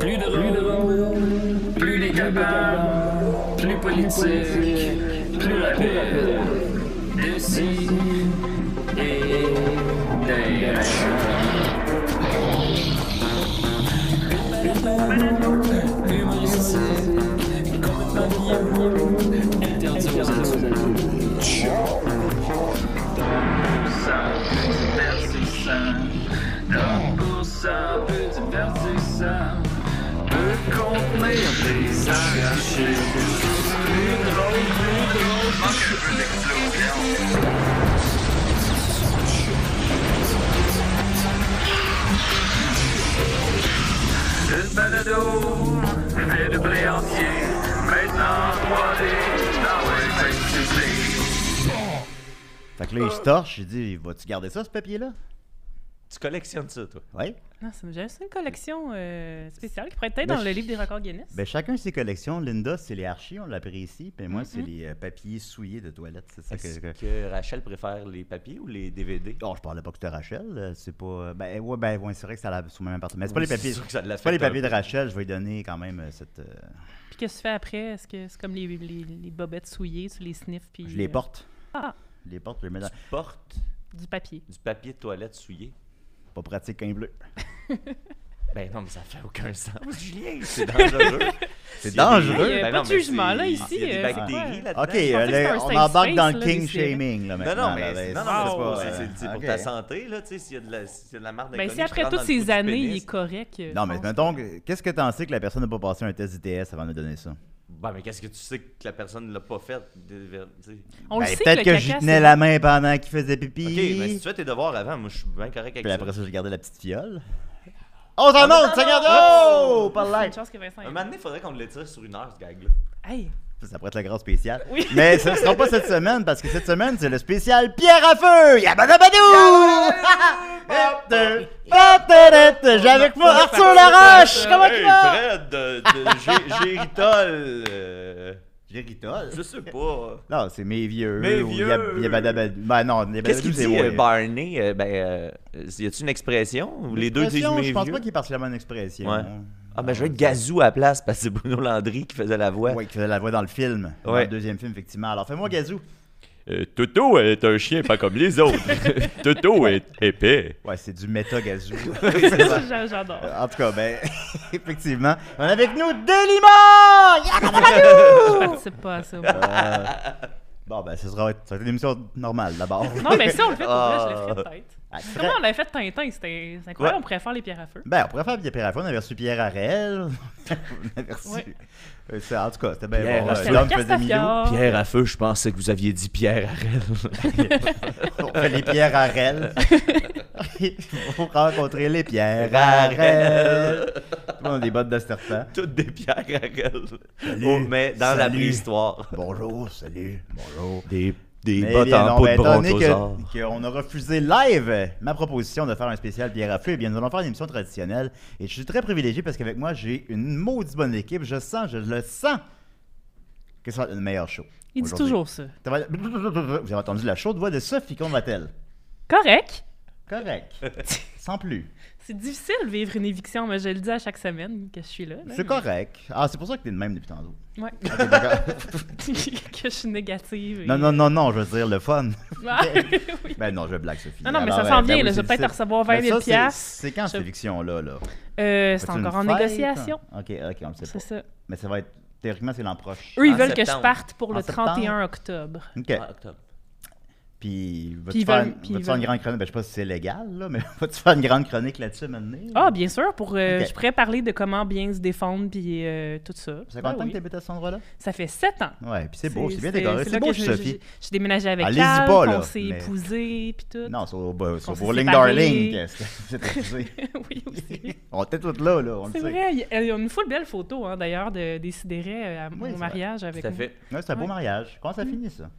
Plus de rue, plus les capables, plus politique, plus rapide. D'ici et d'ailleurs. Humoristique, complètement interdit aux adultes. Ça, divertissant. Donc pour ça, un peu divertissant. Peut contenir des arachides. Plus drôle, plus drôle. Manque un peu d'explosion. Une balado, fait de blé entier. Maintenant, 3D, dans le Fait que là, il se torche, il dit Vas-tu garder ça, ce papier-là Tu collectionnes ça, toi. Ouais. Non, Ah, ça me gêne. C'est une collection euh, spéciale qui pourrait être dans Ben, le je- livre des records Guinness. Ben, chacun ses collections. Linda, c'est les archis, on l'apprécie. ici. Puis moi, c'est les euh, papiers souillés de toilette. C'est ça Mm-hmm. Est-ce que. que... que- Rachel préfère les papiers ou les DVD Oh, je parlais pas que c'était Rachel. euh, C'est pas. euh, Ben, ouais, ben, ouais, c'est vrai que ça l'a sur le même partout. Mais c'est pas Oui, les c'est papiers. sûr que ça C'est pas les l'affecte un papiers de peu. Rachel. Je vais lui donner quand même euh, cette. euh, Puis qu'est-ce que tu fais après? Est-ce que c'est comme les, les, les bobettes souillées, tu les sniffes, puis... Je les euh, porte. Ah. Je les porte, je les mets dans. Tu portes du papier. du papier de toilette souillé Pas pratique qu'un bleu. Ben non, mais ça fait aucun sens, Julien. C'est dangereux. C'est S'il y a des- dangereux. Il y a Ben pas non, de mais jugement, c'est- là, il- ici, Il y a des euh, c'est bactéries quoi? là-dedans. Ok, pensais euh, que là, c'était un on safe embarque dans space, le là, les king séries. shaming. Là, Non, maintenant, non, mais là, ben, c'est- non, c'est non, pas, mais c'est- euh, c'est- c'est pour ok. ta santé, là, tu sais, s'il y a de la, s'il y a de la marde Ben inconnue si qui après rentre toutes dans le trou ces du années, il pénis, est correct. euh, Non, je mais pense. mettons, que- qu'est-ce que t'en sais que la personne n'a pas passé un test ITS avant de donner ça? Ben, mais qu'est-ce que tu sais que la personne ne l'a pas fait? de- de- tu sais. On Ben, le sait Peut-être le que caca, j'y c'est- tenais la main pendant qu'il faisait pipi. Ok, ben, mais si tu fais tes devoirs avant, moi, je suis bien correct avec Puis ça. après ça, j'ai gardé la petite fiole. Oh, Ah, ça monte! Ça garde! Oh! Par là! C'est une chance que Vincent... Un moment donné, faudrait qu'on le tire sur une heure, ce gag-là. Hey! Ça pourrait être la grande spéciale. Oui. Mais ce ne sera pas cette semaine, parce que cette semaine, c'est le spécial Pierre à feu! Yabadabadou! J'ai avec moi Arthur Laroche! Comment tu hey, vas? Fred, euh, de- j'ai- j'ai Ritol, euh, Géritol. je sais pas. Non, c'est mes vieux. Mes ou vieux. Yab- Yabadabadou. Ben non, Yabadabadou, Qu'est-ce qu'il c'est dit, moi. euh, Barney? euh, ben, euh, y a-tu une expression? où Les deux disent Expression, mes Je pense vieux? pas qu'il est particulièrement une expression. hein. Ouais. Ah, ben, je vais être gazou à la place parce que c'est Bruno Landry qui faisait la voix. Oui, qui faisait la voix dans le film. Dans Ouais. le deuxième film, effectivement. Alors fais-moi Gazou. Euh, Toto est un chien pas comme les autres. Toto est épais. Ouais, c'est du méta Gazou. J'a- J'adore. en tout cas, ben, effectivement. On a avec nous Delima! Je participe pas à ça. Euh. moi. Bon, ben, ce sera, ça va être une émission normale d'abord. Non, mais ça, on le fait pour vrai, je Ah. le ferais peut-être. Ah, c'est vrai. Comment on l'avait fait Tintin? C'était c'est incroyable, Ouais. on pourrait faire les pierres à feu. Ben, on pourrait faire Pierre Raffin, on avait reçu Pierre Arel. on avait reçu. Ouais. Euh, ça, en tout cas, c'était bien Pierre bon. Arel. Euh, L'homme C'était faisait Milou. Castafiore. Pierre à feu, je pensais que vous aviez dit Pierre Arel. On fait les Pierre Arel. Pour rencontrer les Pierre Arel. Tout le monde a des bottes de serpent. Toutes des Pierre Arel. Salut. Oh, mais dans la Salut. préhistoire. Bonjour, salut, bonjour. Des, des Mais bottes bien, en non, peau ben, de étant donné brontosaure. que- qu'on a refusé live euh, ma proposition de faire un spécial bière à feu, eh bien, nous allons faire une émission traditionnelle. Et je suis très privilégié parce qu'avec moi, j'ai une maudite bonne équipe. Je sens, je le sens, que ça va être le meilleur show. Il dit aujourd'hui. toujours ça. Ça va être- Vous avez entendu la chaude voix de Sophie Combatel. Correct. Correct. Sans plus. C'est difficile de vivre une éviction, mais je le dis à chaque semaine que je suis là. là, C'est correct. Ah, c'est pour ça que t'es de même depuis tantôt. mais- Ouais. Ok, d'accord. que je suis négative. et- non, non, non, non, je veux dire le fun. Ah, oui. Ben non, je blague, Sophie. Non, non, mais Alors, ça s'en ben vient. oui, là, je c'est vais peut-être difficile. recevoir 20 Mais 000 ça, c'est- piastres. C'est quand cette Je- éviction-là? là? Euh, C'est Fais-tu encore une en fête? négociation. Ok, ok, on le sait C'est pas. ça. Mais ça va être théoriquement c'est l'an prochain. Eux, ils En veulent que je septembre. parte pour En le septembre. 31 octobre. Ok. Ah, octobre. Puis Puis vas-tu ils faire, veulent- puis vas-tu ils faire une veulent- grande chronique Ben je sais pas si c'est légal là, mais vas-tu faire une grande chronique là-dessus maintenant Ah, bien sûr. Pour, euh, Ok. Je pourrais parler de comment bien se défendre puis euh, tout ça. Ça fait Ben combien de temps que oui. t'habites à cet endroit-là Ça fait 7 ans. Ouais, puis c'est beau, c'est bien là décoré, c'est que beau je- chez je- Sophie. Je déménageais avec Allez-y Cal, pas, on là, s'est mais- épousés, puis tout. Non, sur, bah, sur s'est Bowling séparés. Darling, euh, c'est c'est accusé. oui, aussi. On était toutes là là, on le C'est sait. vrai, il y a il y a une foule belle photo, hein, d'ailleurs, de, des Sidérés euh, à Oui, mon c'est mariage avec Tout à nous. fait. Ouais, c'est un beau Ouais. mariage. Comment ça finit ça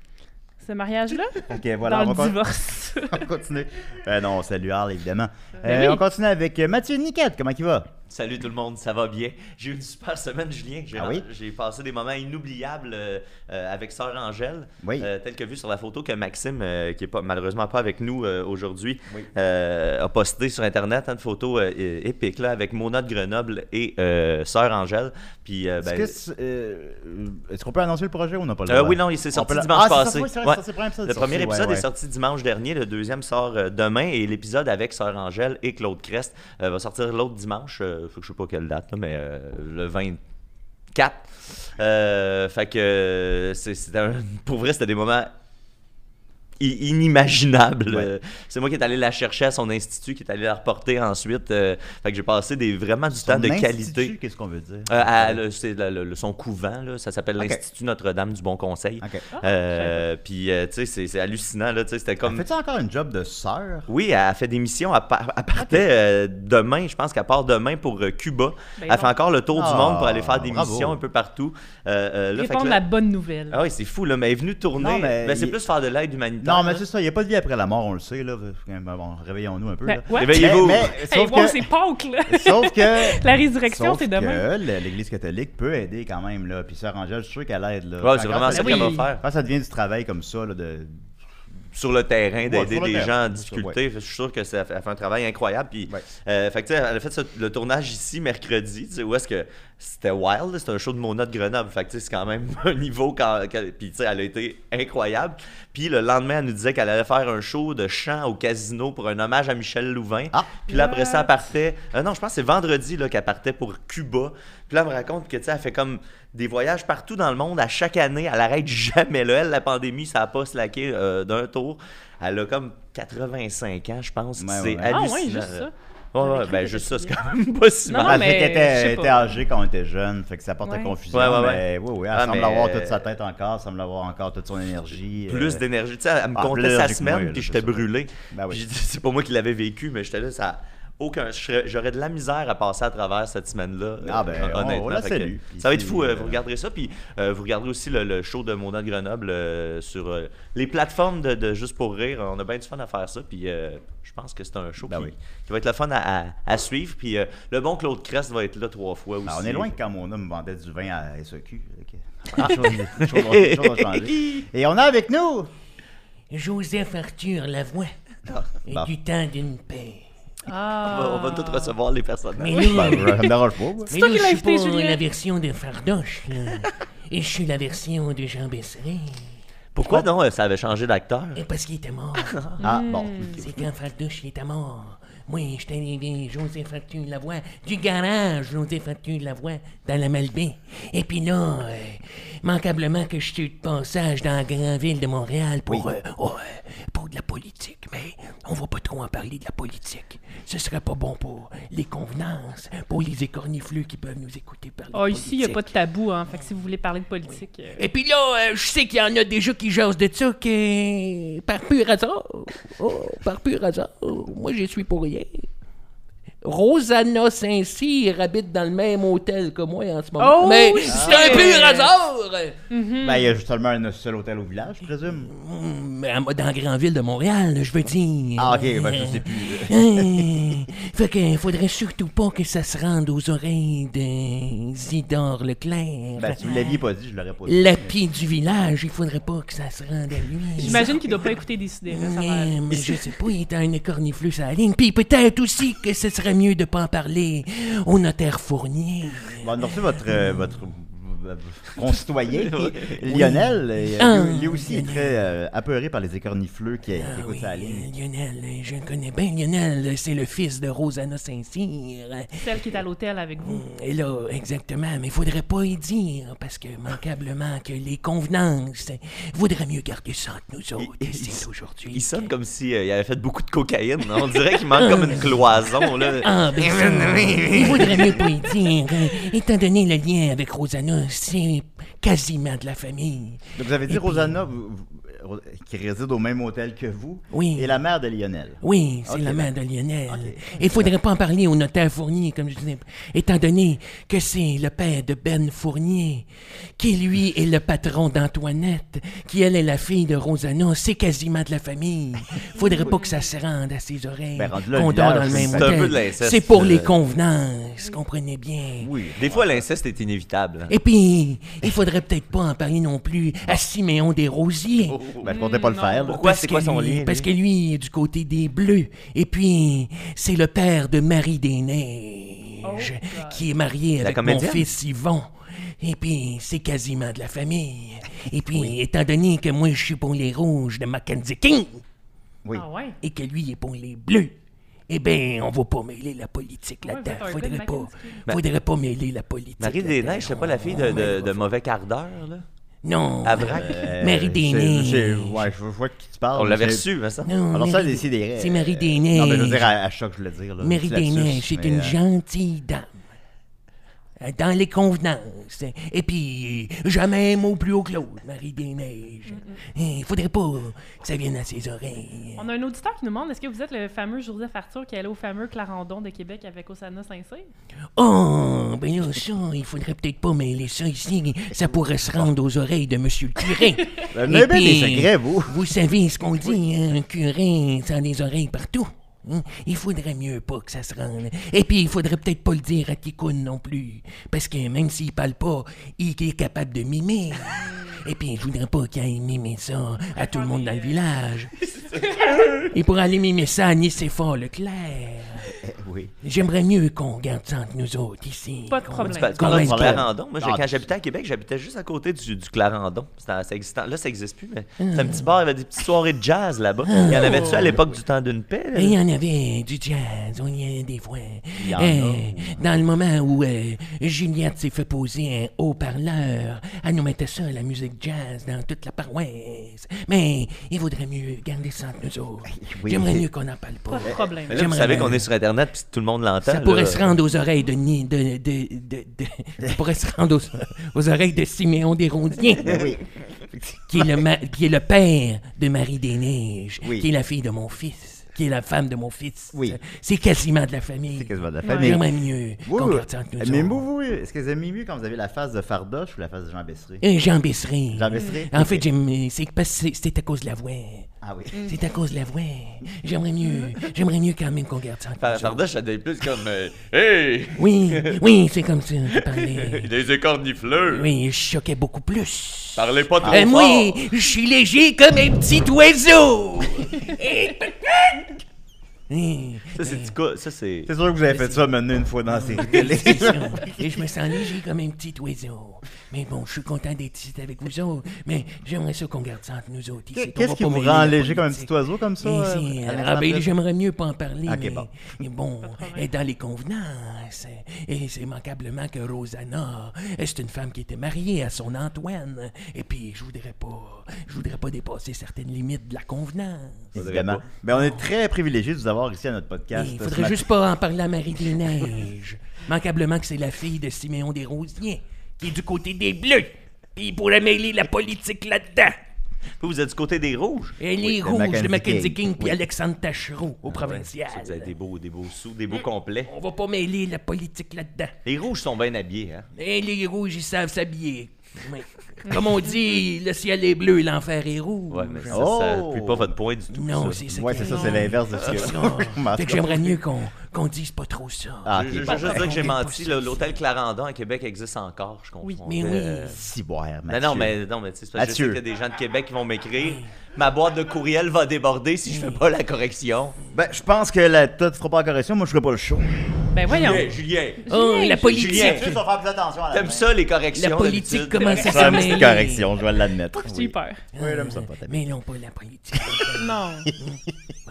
ce mariage-là, Ok, voilà, dans on va le Ben, con- divorce. on continue. Euh, non, on salue Arles, évidemment. Ben Euh, oui. On continue avec euh, Mathieu Niquette, comment il va Salut tout le monde, ça va bien? J'ai eu une super semaine, Julien. J'ai Ah oui? j'ai passé des moments inoubliables euh, euh, avec Sœur Angèle, Oui. euh, tel que vu sur la photo que Maxime, euh, qui est pas, malheureusement pas avec nous euh, aujourd'hui, Oui. euh, a posté sur Internet hein, une photo euh, é- épique là, avec Mona de Grenoble et euh, Sœur Angèle. Puis, euh, Est-ce ben, que c'est- euh, est-ce qu'on peut annoncer le projet ou on n'a pas le euh, droit? oui, non, il s'est On sorti peut la- dimanche Ah, c'est passé. sorti, c'est vrai, Ouais. c'est sorti, le premier épisode Le est premier sorti, ouais, épisode ouais. est sorti dimanche dernier, le deuxième sort euh, demain et l'épisode avec Sœur Angèle et Claude Crest euh, va sortir l'autre dimanche, euh, faut que je sais pas quelle date, là, mais euh, le 24. Euh, fait que euh, c'est- c'était un- pour vrai, c'était des moments i- inimaginable. Ouais. Euh, C'est moi qui est allé la chercher à son institut, qui est allé la reporter ensuite. euh, fait que j'ai passé des, vraiment du temps Son de institut, qualité. Qu'est-ce qu'on veut dire? Euh, à le- c'est le- le- le- son couvent, là, ça s'appelle Ok. l'Institut Notre-Dame du Bon Conseil. Ok. Euh, puis, euh, tu sais, c'est- c'est hallucinant, là, tu sais, c'était comme... Fais-tu encore une job de sœur? Oui, elle a fait des missions, elle, par- elle partait euh, demain, je pense qu'elle part demain pour euh, Cuba. Ben elle fait non. encore le tour du Ah, monde pour aller faire des bravo. missions un peu partout. Euh, euh, là, fait que Répondre là- la bonne nouvelle. Ah oui, c'est fou, là, mais elle est venue tourner, Non, mais mais c'est il- plus faire de l'aide humanitaire. Non, mais là. c'est ça, il n'y a pas de vie après la mort, on le sait, là. Bon, réveillons-nous un peu. Ben, là. ouais. Éveillez- Mais, Payez-vous. mais, Hey, sauf, wow, que, c'est Pâques, là. sauf que. La résurrection, sauf c'est demain. que le- l'Église catholique peut aider quand même, là. Puis Sœur Angèle, je suis sûr qu'elle aide, là. Ouais, c'est Quand- vraiment quand ça oui. qu'elle va faire. Quand Ah, ça devient du travail comme ça, là, de. sur le terrain, d'aider sur le des terrain, gens en c'est ça, difficulté. Je suis sûr que ça fait, elle fait un travail incroyable. Puis, Ouais. euh, fait que, tu sais, elle a fait ce- le tournage ici mercredi, tu sais, où est-ce que c'était wild, là, c'était un show de Mona de Grenoble. Fait que, tu sais, c'est quand même un niveau. Quand, quand- puis tu sais, elle a été incroyable. Puis le lendemain, elle nous disait qu'elle allait faire un show de chant au casino pour un hommage à Michel Louvain. Ah! Puis là, après ça, What? elle partait. euh, non, je pense que c'est vendredi là, qu'elle partait pour Cuba. Puis là, elle me raconte que, tu sais, elle fait comme des voyages partout dans le monde à chaque année. Elle arrête jamais. Là, elle, la pandémie, ça n'a pas slacké euh, d'un tour. Elle a comme 85 ans, je pense. Ouais, c'est ouais. Ah hallucinant. ouais, juste ça. là. Ouais, ouais, J'avais cru ben que juste ça, c'était c'est quand même pas si mal. Non, non, Parce mais qu'elle je était, sais était pas. âgée quand on était jeune, fait que ça porte à Ouais. confusion. Ouais, ouais, ouais. Mais oui, oui, elle Ah, semble mais- avoir toute sa tête encore, semble avoir encore toute son énergie. Plus euh, d'énergie. Tu sais, elle me ah, plus comptait sa d'énergie que moi, semaine, là, puis c'est j'étais ça. brûlé. Ben oui. Puis j'ai dit, c'est pas moi qui l'avais vécu, mais j'étais là, ça. Aucun, je serais- j'aurais de la misère à passer à travers cette semaine-là. Ah euh, ben, hon- on- on la Fait que, salue. Puis Ça va être c'est, fou, euh, euh, vous regarderez ça. Puis euh, vous regarderez aussi le, le show de Mona de Grenoble euh, sur euh, les plateformes de, de Juste pour Rire. On a bien du fun à faire ça. Puis euh, je pense que c'est un show Ben qui, oui. qui va être le fun à, à- à suivre. Puis euh, le bon Claude Crest va être là trois fois aussi. Ah, on est loin que quand mon homme vendait du vin à E SEQ. Ok. Les choses- les choses ont- les choses ont changé. Et on a avec nous Joseph Arthur Lavoie et Bon. du temps d'une paix. Ah. On va, on va tous recevoir les personnages. Mais nous, Ben, mais Ça me dérange pas. moi. toi nous, qui l'as je suis invité, pas Julien. la version de Fardoche, là. et je suis la version de Jean Besseret. Pourquoi non? euh, Ça avait changé d'acteur. Et parce qu'il était mort. Ah, bon. Hmm. C'est quand Fardoche il était mort. Moi, j'étais arrivé, Joseph Arthur Lavoie, du garage, Joseph Arthur Lavoie, dans la Malbaie. Et puis là, euh, manquablement que je suis de passage dans la grande ville de Montréal pour, euh, oh, euh, pour de la politique. Mais on va pas trop en parler de la politique. Ce serait pas bon pour les convenances, pour les écornifleux qui peuvent nous écouter parler Ah, ici, il n'y a politique. pas de tabou, hein. Fait que si vous voulez parler de politique. euh, Et puis là, euh, je sais qu'il y en a déjà qui jasent de ça que par pur hasard, oh, par pur hasard, moi je suis pour rien. Rosanna Saint-Cyr habite dans le même hôtel que moi en ce moment. Oh, Mais shit! c'est un pur hasard! Ben, il y a juste seulement un seul hôtel au village, je présume. Hum, mais en- Dans la grande ville de Montréal, je veux dire. Ah, ok, ben, je sais plus. Hein, fait que faudrait surtout pas que ça se rende aux oreilles de Zidore Leclerc. Ben, si vous l'aviez pas dit, je l'aurais pas dit. La pied du village, il faudrait pas que ça se rende à lui. J'imagine qu'il ne doit pas écouter des idées, là, ça va aller. Mais, mais je sais pas, il est un écornifleux à la ligne. Puis peut-être aussi que ce serait mieux de pas en parler au notaire Fournier. Bon, on a reçu votre, euh, votre euh, concitoyen, Lionel. et, euh, Ah. lui, lui aussi est très euh, apeuré par les écornifleux qui, qui Ah écoutent oui, sa ligne. Lionel, je le connais bien. Lionel, c'est le fils de Rosanna Saint-Cyr. Celle qui est à l'hôtel avec vous. Et là, exactement, mais faudrait pas y dire, parce que manquablement que les convenances voudraient mieux garder ça entre nous autres. il- C'est aujourd'hui. Il sonne comme s'il si, euh, il avait fait beaucoup de cocaïne. hein. On dirait qu'il manque comme une cloison. Là. Ah, ben ça, il vaudrait mieux pas y dire. hein. Étant donné le lien avec Rosanna, c'est quasiment de la famille. Donc, vous avez dit Rosanna, vous- vous- Ro- qui réside au même hôtel que vous, Oui. et la mère de Lionel. Oui, c'est Ok, la mère de Lionel. Il faudrait pas en parler au notaire Fournier, comme je disais, étant donné que c'est le père de Ben Fournier, qui lui est le patron d'Antoinette, qui elle est la fille de Rosanna, c'est quasiment de la famille. Faudrait pas que ça se rende à ses oreilles. Ben, rendu là, qu'on le dort village, dans le c'est même un peu hôtel. de l'inceste, C'est pour euh. les convenances. se comprenaient bien. Oui. Des fois, l'inceste est inévitable. Et puis, il faudrait peut-être pas en parler non plus à Siméon Desrosiers. Ben, je comptais pas le faire. là. Pourquoi? Parce C'est quoi que son lui- lien, Parce que lui? lui, il est du côté des Bleus. Et puis, c'est le père de Marie Oh, des Neiges, qui est marié avec mon comédienne? fils Yvon. Et puis, c'est quasiment de la famille. Et puis, étant donné que moi, je suis pour les rouges de Mackenzie King, Oui. Ah ouais? et que lui est pour les bleus, eh ben, on va pas mêler la politique Ouais, vous là-dedans. êtes un gars Faudrait de pas, Mackenzie faudrait pas mêler la politique. Marie là-dedans. Desneiges, c'est pas la fille de, de, de mauvais quart d'heure, là? Non. Avrac? Euh, Marie des j'ai- j'ai- Neiges. Ouais, je vois de qui tu parles. On mais l'avait j'ai- reçue, mais ça. Non, Alors ça, Marie- c'est des C'est Marie des Non, mais je veux Neiges. dire, à, à choc, je voulais dire. là. C'est Marie lapsus, Desneiges, c'est mais, une euh, gentille dame. Euh, Dans les convenances. Et puis, jamais un mot plus haut que l'autre, Marie Desneiges. Il faudrait pas que ça vienne à ses oreilles. On a un auditeur qui nous demande est-ce que vous êtes le fameux Joseph Arthur qui est allé au fameux Clarendon de Québec avec Osana Saint-Cyr Oh, ben là, ça, il faudrait peut-être pas mêler ça ici. Ça pourrait se rendre aux oreilles de Monsieur le curé. Euh, Vous avez Et bien des puis, secrets, vous. Vous savez ce qu'on dit, hein, un curé, ça a des oreilles partout. hein. Il faudrait mieux pas que ça se rende. Et puis, il faudrait peut-être pas le dire à Kikoun non plus. Parce que même s'il parle pas, il est capable de mimer. Et puis, je voudrais pas qu'il aille mimer ça à tout le monde dans le village. Il pourrait aller mimer ça à Nicéphore Leclerc. eh, Oui. J'aimerais mieux qu'on garde ça entre nous autres ici. Pas de Qu'on- problème. Tu parles- tu Comment parles du il parle? Clarendon. Moi, j'ai- Ah, quand tu- j'habitais à Québec, j'habitais juste à côté du, du Clarendon. C'était- ça existait- Là, ça n'existe plus, mais Euh. c'est un petit bar, il y avait des petites soirées de jazz là-bas. Il y en avait-tu à l'époque du temps d'une paix? là? Et Il y en avait euh, du jazz, on y allait des fois. y en a, Euh, oui. Dans le moment où euh, Juliette s'est fait poser un haut-parleur, elle nous mettait ça, la musique jazz, dans toute la paroisse. Mais il vaudrait mieux garder ça entre nous autres. Oui. J'aimerais mieux qu'on n'en parle pas. Pas de problème. Mais là, vous J'aimerais savez bien. qu'on est sur Internet puis tout le monde l'entend. Ça pourrait là. se rendre aux oreilles de... Ni- de, de, de- de- ça pourrait se rendre aux, aux oreilles de Siméon Desrondiers. Oui. qui est le, ma- qui est le père de Marie des Neiges, Oui. qui est la fille de mon fils, qui est la femme de mon fils. Oui. C'est quasiment de la famille. C'est quasiment de la Ouais. famille. J'aimerais mieux Oui, qu'on oui. garde ça entre nous Mais autres. vous, vous, est-ce que vous aimez mieux quand vous avez la face de Fardoche ou la face de Jean Besseré? Euh, Jean Besserin. Jean Besseré? En fait, j'aime- c'est parce que c'est- c'est à cause de la voix. Ah oui. C'est à cause de la voix. J'aimerais mieux, j'aimerais mieux quand même qu'on garde ça. entre Par- nous autres. Pardoche, ça devient plus comme. euh, hey! Oui, oui, c'est comme ça que parlais. Des écornifleux! Oui, je choquais beaucoup plus. Parlez pas trop Euh, moi, fort! je suis léger comme un petit oiseau. Hum. Ça, c'est du coup- Ça, c'est. C'est sûr que vous avez fait ça maintenant une fois dans la série télé. C'est sûr. Et je me sens léger comme un petit oiseau. Mais bon, je suis content d'être ici avec vous autres. Mais j'aimerais ça qu'on garde ça entre nous autres ici. qu'on Qu'est-ce va qui pas vous mêler la rend léger politique. comme un petit oiseau comme ça? Mais euh, c'est- Alexandre? ah, ben, j'aimerais mieux pas en parler. Ok, mais, bon. mais bon, et dans les convenances, et c'est manquablement que Rosanna, et c'est une femme qui était mariée à son Antoine. Et puis, je voudrais pas, je voudrais pas dépasser certaines limites de la convenance. Évidemment. pas. Ben, on est très privilégiés de vous avoir ici à notre podcast. Il ce faudrait matin. juste pas en parler à Marie des Neiges. Manquablement que c'est la fille de Siméon des Rosiers, qui est du côté des Bleus. Puis il pourrait mêler la politique là-dedans. Vous, vous êtes du côté des rouges. Et les de rouges Mackenzie de Mackenzie King, King, puis oui. Ah Alexandre Tachereau, au C'est provincial. que Vous avez des beaux, des beaux sous, des beaux complets. On va pas mêler la politique là-dedans. Les rouges sont bien habillés, hein? Et les rouges, ils savent s'habiller. Oui. Comme on dit, le ciel est bleu, l'enfer est rouge. Ouais, mais ça, Oh! ça appuie pas votre point du tout. non, ça. c'est ça. Ouais, qui c'est ça, est- c'est l'inverse de ce C'est Ah, ça. que. Fait que j'aimerais mieux qu'on qu'on dise pas trop ça. Ah, Je, je, ok, je veux juste bon. dire que j'ai menti. là. Impossible. L'hôtel Clarendon à Québec existe encore, je comprends. Oui, mais oui. Ciboire, Mais Mathieu. non, mais non, mais tu sais, c'est parce que je Mathieu. sais qu'il y a des gens de Québec qui vont m'écrire. Ma boîte de courriel va déborder si je fais pas la correction. Ben, je pense que la toi, tu feras pas la correction, moi, je ferai pas le show. Ben voyons. Hey, Julien, Oh, la politique. Julien, Juste, on va faire plus attention à la t'aimes fin. ça les corrections La politique d'habitude? commence à C'est une s'améliorer. petite correction, je vais l'admettre. J'ai eu peur. Oui, j'aime ça, pas ta Mais non, pas la politique. Non.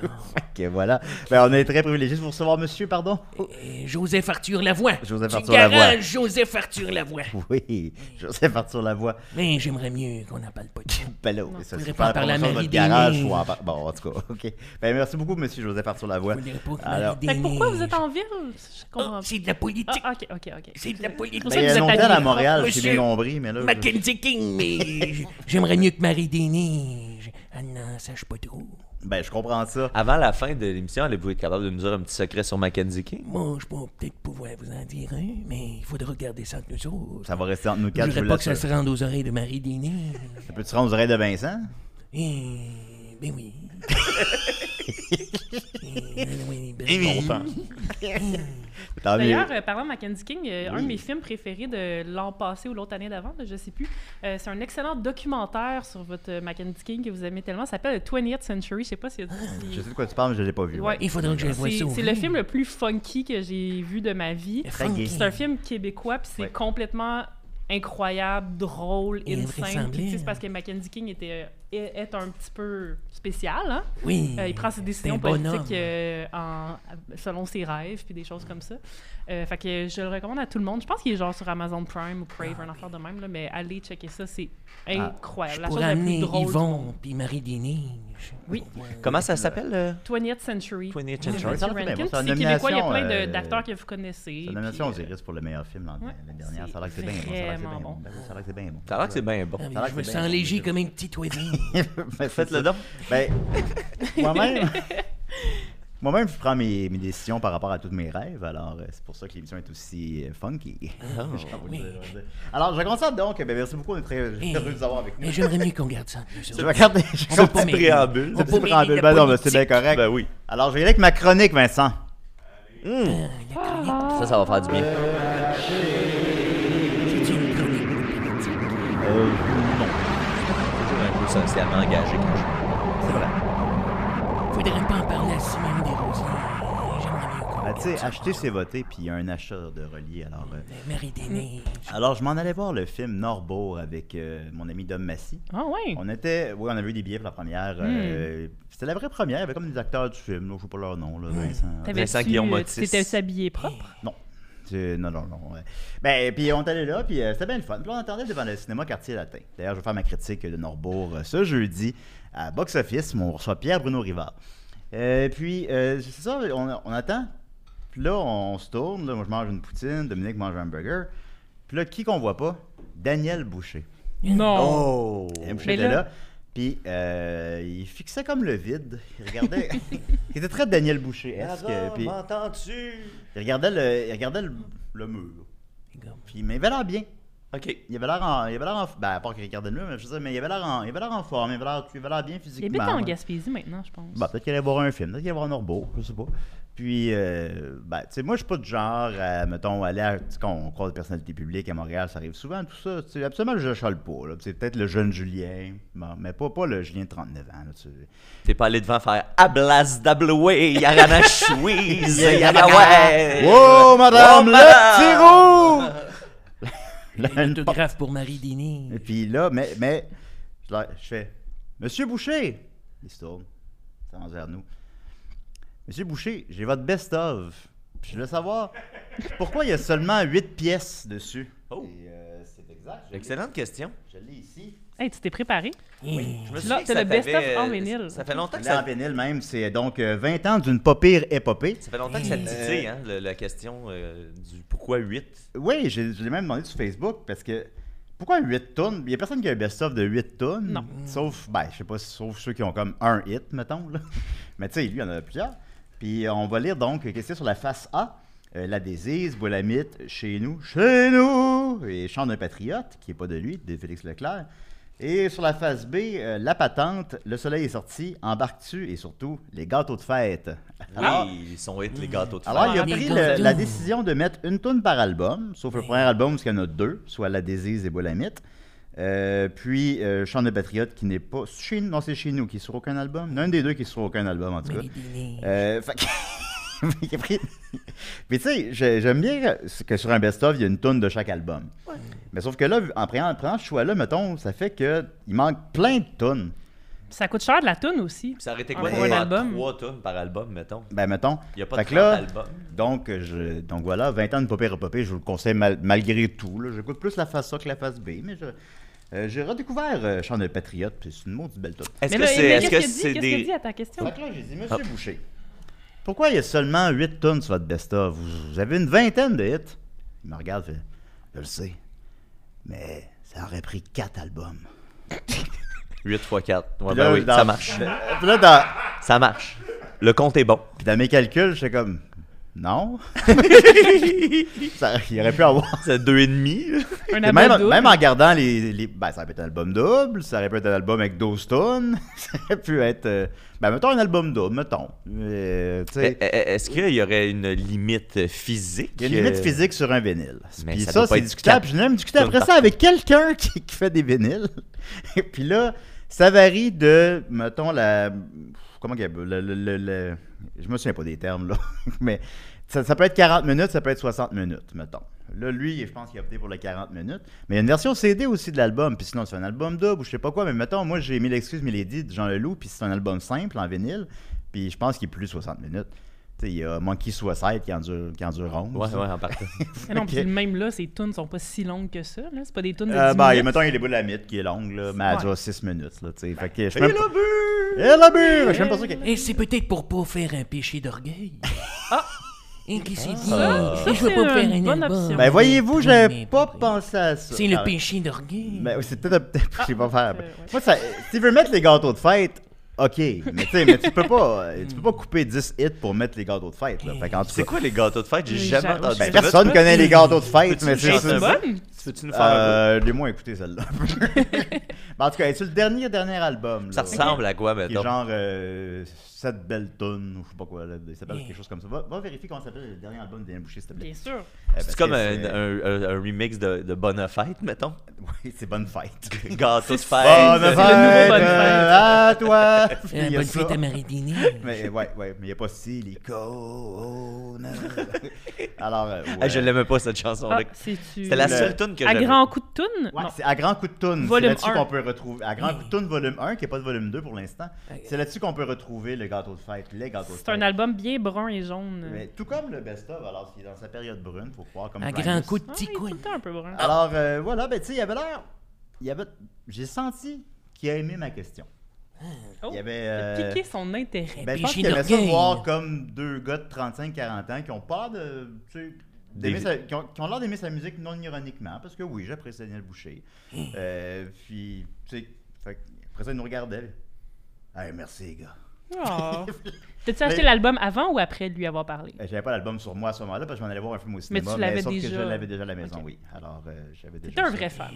Ok, voilà. Ben, on est très privilégiés de vous recevoir, monsieur, pardon. Euh, Joseph Arthur Lavoie. Joseph Tu Arthur Lavoie. garantes Joseph Arthur Lavoie. Oui, Joseph Arthur Lavoie. Mais j'aimerais mieux qu'on n'en parle pas de ça. Ben là, ça, faudrait c'est pas pas en la parler à promotion de Marie votre garage. Desneiges. Ou en par- Bon, en tout cas, ok. Ben, merci beaucoup, monsieur Joseph Arthur Lavoie. Faudrait pas que Alors, Marie Fait que pourquoi vous êtes Desneiges- en ville? Je comprends Ah, pas. C'est de la politique. Ah, ok, ok, ok. C'est de la politique. pour ben, ça il y que a vous êtes longtemps habillé à Montréal, propre, j'ai bien monsieur. compris, mais là. je- Mackenzie King, mais j- j'aimerais mieux que Marie Desneiges. Ah non, sache pas trop. Ben, je comprends ça. Avant la fin de l'émission, elle pouvait être capable de me dire un petit secret sur Mackenzie King. Moi, je pourrais peut-être pouvoir vous en dire un, mais il faudra regarder ça entre nous autres. Ça va rester entre nous Je quatre, je voudrais vous pas que ça l'assure. se rende aux oreilles de Marie Desneiges. Ça peut-tu rendre aux oreilles de Vincent? Eh, ben oui. Eh, ben oui, ben Eh oui. bon. Eh, Tant mieux. D'ailleurs, euh, parlant de Mackenzie King, euh, un de mes films préférés de l'an passé ou l'autre année d'avant, là, je sais plus, euh, c'est un excellent documentaire sur votre euh, Mackenzie King que vous aimez tellement. Ça s'appelle The 20th Century. Je sais pas si. si- Je sais de quoi tu parles, mais je l'ai pas vu. Ouais. Il faudrait que Oh, je le voie C'est ça. au c'est le film. film le plus funky que j'ai vu de ma vie. Très gay. C'est un film québécois, puis c'est Ouais. complètement incroyable, drôle, Et hein. insane. Puis, tu sais, invraisemblable. C'est parce que Mackenzie King était, euh, est est un petit peu spécial. Hein? Oui. Euh, il prend ses décisions C'est un bonhomme. politiques euh, en- selon ses rêves puis des choses comme ça. Euh, fait que je le recommande à tout le monde. Je pense qu'il est genre sur Amazon Prime ou Crave, un affaire de même, là, mais allez checker ça, c'est incroyable. la chose Pour la amener plus drôle. du monde. Yvon puis Marie Dénige. Oui. Comment ça s'appelle, euh, 20th Century. 20th Matthew Century? Ça aurait été bien bon. C'est Rankin, puis une C'est québécois, il y a plein nomination, de- euh, d'acteurs que vous connaissez. C'est la nomination aux puis, euh, Iris pour le meilleur film l'an- ouais, l'année dernière. c'est Ça a l'air que c'est bien bon. Ça a l'air que c'est bien vraiment bon. Ben bon. Ça a l'air que c'est bien bon. Ça a l'air que c'est bien bon. Ah, mais Ça a l'air je que me c'est sens bien- léger comme une petite oiseau. Ben, c'est Faites-le ça. donc. Ben, moi-même, moi-même, je prends mes, mes décisions par rapport à tous mes rêves. Alors, euh, c'est pour ça que l'émission est aussi euh, funky. Je vais vous le oui. dire, je vais vous le dire. Alors, je constate donc, ben, merci beaucoup. On est très heureux de vous avoir avec nous. Mais j'aimerais mieux qu'on garde ça. nous autres. Je vais regarder. je On vais regarder- peut pas mêler- préambule. on ce peut petit mêler préambule. la Ben non, mais c'est bien politique. correct. Ben oui. Alors, je vais y aller avec ma chronique, Vincent. Ah, Ça, ça va faire du bien. C'est une chronique. toujours un peu socialement engagé quand je C'est vrai. Faudrait pas en parler à Simon Desrosiers. J'aimerais mieux qu'on Ben, tu sais, garde ça. acheter, c'est voter, puis il y a un achat de relié. Alors, euh, Euh, Marie Dénige. alors je m'en allais voir le film Norbourg avec euh, mon ami Dom Massy. Ah ouais. On était, oui, on avait eu des billets pour la première. euh, C'était la vraie première. Il y avait comme des acteurs du film. là, Je ne sais pas leur nom, là, Vincent. T'avais-tu, Vincent Guillaume euh, Otis. T'étais habillé propre? Non. C'est- Non, non, non. ouais. Ben, puis on est allé là, puis euh, c'était bien le fun. Puis là, on attendait devant le cinéma Quartier Latin. D'ailleurs, je vais faire ma critique de Norbourg euh, ce jeudi à Box Office. On reçoit Pierre-Bruno Rivard. Euh, puis, euh, c'est ça, on, on attend. Puis là, on, se tourne. Là, moi, je mange une poutine. Dominique mange un burger. Puis là, qui qu'on voit pas? Daniel Boucher. Non. Oh! Mais là. là- Puis euh, il fixait comme le vide. Il regardait. il était très Daniel Boucher. Est-ce que. Puis m'entends-tu? il regardait le, il regardait le, le mur. Puis mais il avait l'air bien. OK. Il avait l'air en, il avait l'air en, ben à part qu'il regardait le mur, mais je veux dire, mais il avait l'air en, il avait l'air en forme. Il avait l'air, il avait l'air bien Il physiquement. habite en Gaspésie maintenant, je pense. Bah, peut-être qu'il allait voir un film, peut-être qu'il allait voir Norbeau, je sais pas. Puis, euh, ben, tu sais, moi, je suis pas du genre, à, mettons, aller à. Tu sais, quand on croise des personnalités publiques à Montréal, ça arrive souvent, tout ça. Tu sais, absolument, je chale pas. là. C'est peut-être le jeune Julien, bon, mais pas, pas le Julien de 39 ans. là, tu- T'es pas allé devant faire Ablas Dableway, Yarana Chouiz, Yarana Wow, madame, Oh, le petit roux! Là, une porte- Autographe pour Marie Dénige. Et puis là, mais, mais je, leur- je fais Monsieur Boucher Il se tourne, il s'avance vers nous. Monsieur Boucher, j'ai votre best-of. Puis Je veux savoir pourquoi il y a seulement 8 pièces dessus. Oh. Et, euh, c'est exact. je l'ai- Excellente question. Je l'ai ici. Hey, tu t'es préparé? Oui. Je me Là, souviens que t'as ça le best-of t'avait, en euh, vinyle. Ça fait longtemps que Là, en ça, vinyle même, c'est donc euh, 20 ans d'une pas pire épopée. ça fait longtemps que ça te titille, hein, le- la question euh, du pourquoi 8. Oui, j'ai- je l'ai même demandé sur Facebook parce que pourquoi 8 tonnes Il n'y a personne qui a un best-of de 8 tonnes. Non. Sauf, ben, je sais pas, sauf ceux qui ont comme un hit, mettons. là. Mais tu sais, lui, il y en a plusieurs. Puis euh, on va lire donc, euh, qu'est-ce qu'il y a sur la face A Euh, La désise, Bolamite, Chez nous, Chez nous Et Chant d'un patriote, qui n'est pas de lui, de Félix Leclerc. Et sur la face B, euh, La patente, Le soleil est sorti, Embarque-tu et surtout, Les gâteaux de fête. Alors, Oui, ils sont hits, les gâteaux de alors, fête. il a Ah, pris d'accord. le- la décision de mettre une tonne par album, sauf le premier album, parce qu'il y en a deux, soit La Désise et Bolamite. Euh, puis euh, Chant de Patriote, qui n'est pas. Chez, nous- non, c'est chez nous, qui est sur aucun album. Il y en a un des deux qui est sur aucun album, en tout cas. Marie Dénige. Euh, fait que- il a pris- Mais tu sais, j'ai- j'aime bien que sur un best-of, il y a une tonne de chaque album. Mais sauf que là, en prenant, en prenant ce choix-là, mettons, ça fait que il manque plein de tonnes. Ça coûte cher de la toune aussi. Ça aurait été quoi Pour de un faire album. trois tonnes par album, mettons? Ben, mettons. Il n'y a pas Fait de que là, 30 albums. Donc, euh, je, donc voilà, 20 ans de Popé Repopé, je vous le conseille mal- malgré tout. là. J'écoute plus la face A que la face B, mais je- euh, j'ai redécouvert euh, Chant de Patriote, puis c'est une maudite belle toute. Est-ce Mais que là, c'est mais est-ce qu'est-ce que qu'il dit? c'est Qu'est-ce qu'il dit des... à ta question? Fait que là, j'ai dit, Monsieur Boucher, Ah. pourquoi il y a seulement 8 tonnes sur votre best-of? Vous, vous avez une vingtaine de hits. Il me regarde, fait, je le sais, mais ça aurait pris 4 albums. 8 x 4. Ouais, Puis là, ben oui, dans- ça marche. Puis là, dans, Ça marche. Le compte est bon. puis dans mes calculs, j'étais comme, Non. Ça- il aurait pu avoir. C'est deux et demi. là. Un Même, album double. même en gardant les, les- Ben, ça aurait pu être un album double, ça aurait pu être un album avec 12 tonnes, ça aurait pu être. euh, Ben, mettons un album double, mettons. Euh, tu sais, Eh, eh, Est-ce qu'il y aurait une limite physique? il y a une limite euh, physique sur un vinyle. mais Puis ça ça, doit pas c'est être discutable. quatre Je même discuté après tonnes ça par avec quelqu'un qui, qui fait des vinyles. Et puis là, ça varie de, mettons, la. Comment qu'elle. Le, le- le- le- je me souviens pas des termes, là. Mais ça, ça peut être 40 minutes, ça peut être 60 minutes, mettons. Là, lui, je pense qu'il a opté pour le 40 minutes. Mais il y a une version CD aussi de l'album. Puis sinon, c'est un album double ou je sais pas quoi. Mais mettons, moi, j'ai mis l'excuse Milady de Jean Leloup. Puis c'est un album simple en vinyle. Puis je pense qu'il est plus 60 minutes. Tu sais, il y a Monkey Suicide qui en dure, qui en dure 11. Ouais, ouais, en partant. Mais non, puis Ok. même là, ces tunes sont pas si longues que ça. là. C'est pas des tunes de 10 Euh, ben, il y a- minutes. mettons, il y a les bouts de la mythe qui est longue, là, mais elle Ouais. dure 6 minutes. Là, tu sais. fait que je suis même... Et la bure! Je suis même pas sûr que. Et c'est peut-être pour pas faire un péché d'orgueil. Ah! Et qui s'est dit, ça, je veux c'est pas me faire une un bonne album. option. Ben, voyez-vous, j'avais Mais- pas pensé à ça. C'est le Ah, péché d'orgueil. Ben, oui, c'est peut-être. un- Je sais pas faire. euh, ouais. Moi, ça... si tu veux mettre les gâteaux de fête, ok. Mais, tu sais, mais tu peux pas. euh, Tu peux pas couper 10 hits pour mettre les gâteaux de fête. Là. Fait qu'en tout C'est cas, quoi les gâteaux de fête? J'ai Les jamais gâteaux- entendu. Ben, Tu personne veux- connaît les gâteaux de fête, Peux-tu mais nous c'est chanter un ça. bout? bonne. Tu Veux-tu nous faire un bout? Euh, les moins écouté celle-là. Ben, en tout cas, c'est le dernier, dernier album. Ça là. ressemble à quoi, Qui est mettons? genre euh, 7 belles tonnes, ou je sais pas quoi, là, il s'appelle Yeah. quelque chose comme ça. Va, va vérifier comment s'appelle le dernier album d'Alain Boucher, s'il te plaît. Bien sûr. Euh, parce C'est que comme un, un- un- un remix de, de Bonne Fête, mettons. Oui, c'est Bonne Fête. Gâteau de fête. Bonne le fête, nouveau Bonne Fête. euh, à toi! Puis Euh, il y a bonne ça. fête à Marie Dini. Mais ouais, ouais, mais il n'y a pas silicone. Alors, euh, ouais. Ah, je l'aimais pas cette chanson. Ah, là c'est-tu... C'était la Le- seule tune que À j'aimais. grand coup de tune? Ouais, Non. c'est à grand coup de toune. C'est Volume là-dessus un. qu'on peut retrouver. À grand coup de Hey. toune, volume 1, qui n'est pas de volume 2 pour l'instant. C'est là-dessus qu'on peut retrouver le gâteau de fête, les gâteaux de fête. C'est un album bien brun et jaune. Mais tout comme le best-of, alors qu'il est dans sa période brune, faut croire comme Un Primus. grand coup de Ah, petit il est tout coin. le temps un peu brun. Alors euh, voilà, ben tu sais, il avait l'air. Il avait. J'ai senti qu'il a aimé ma question. Oh, Il y avait. il a euh, piqué son intérêt. ben, je pense Piché qu'il aimait ça d'orgueil. voir comme deux gars de 35-40 ans qui ont pas de. Tu sais, d'aimer Des- sa- qui ont, qui ont l'air d'aimer sa musique non ironiquement, parce que oui, j'apprécie Daniel Boucher. Hmm. Euh, puis, tu sais, fait que- après ça, il nous regardait. Hey, merci, les gars. Oh. T'as-tu acheté Mais- l'album avant ou après de lui avoir parlé? Euh, J'avais pas l'album sur moi à ce moment-là parce que je m'en allais voir un film au cinéma. tu l'avais sauf déjà. que je l'avais déjà à la maison, Ok. oui. Alors, euh, j'avais déjà. T'es un ça. vrai fan.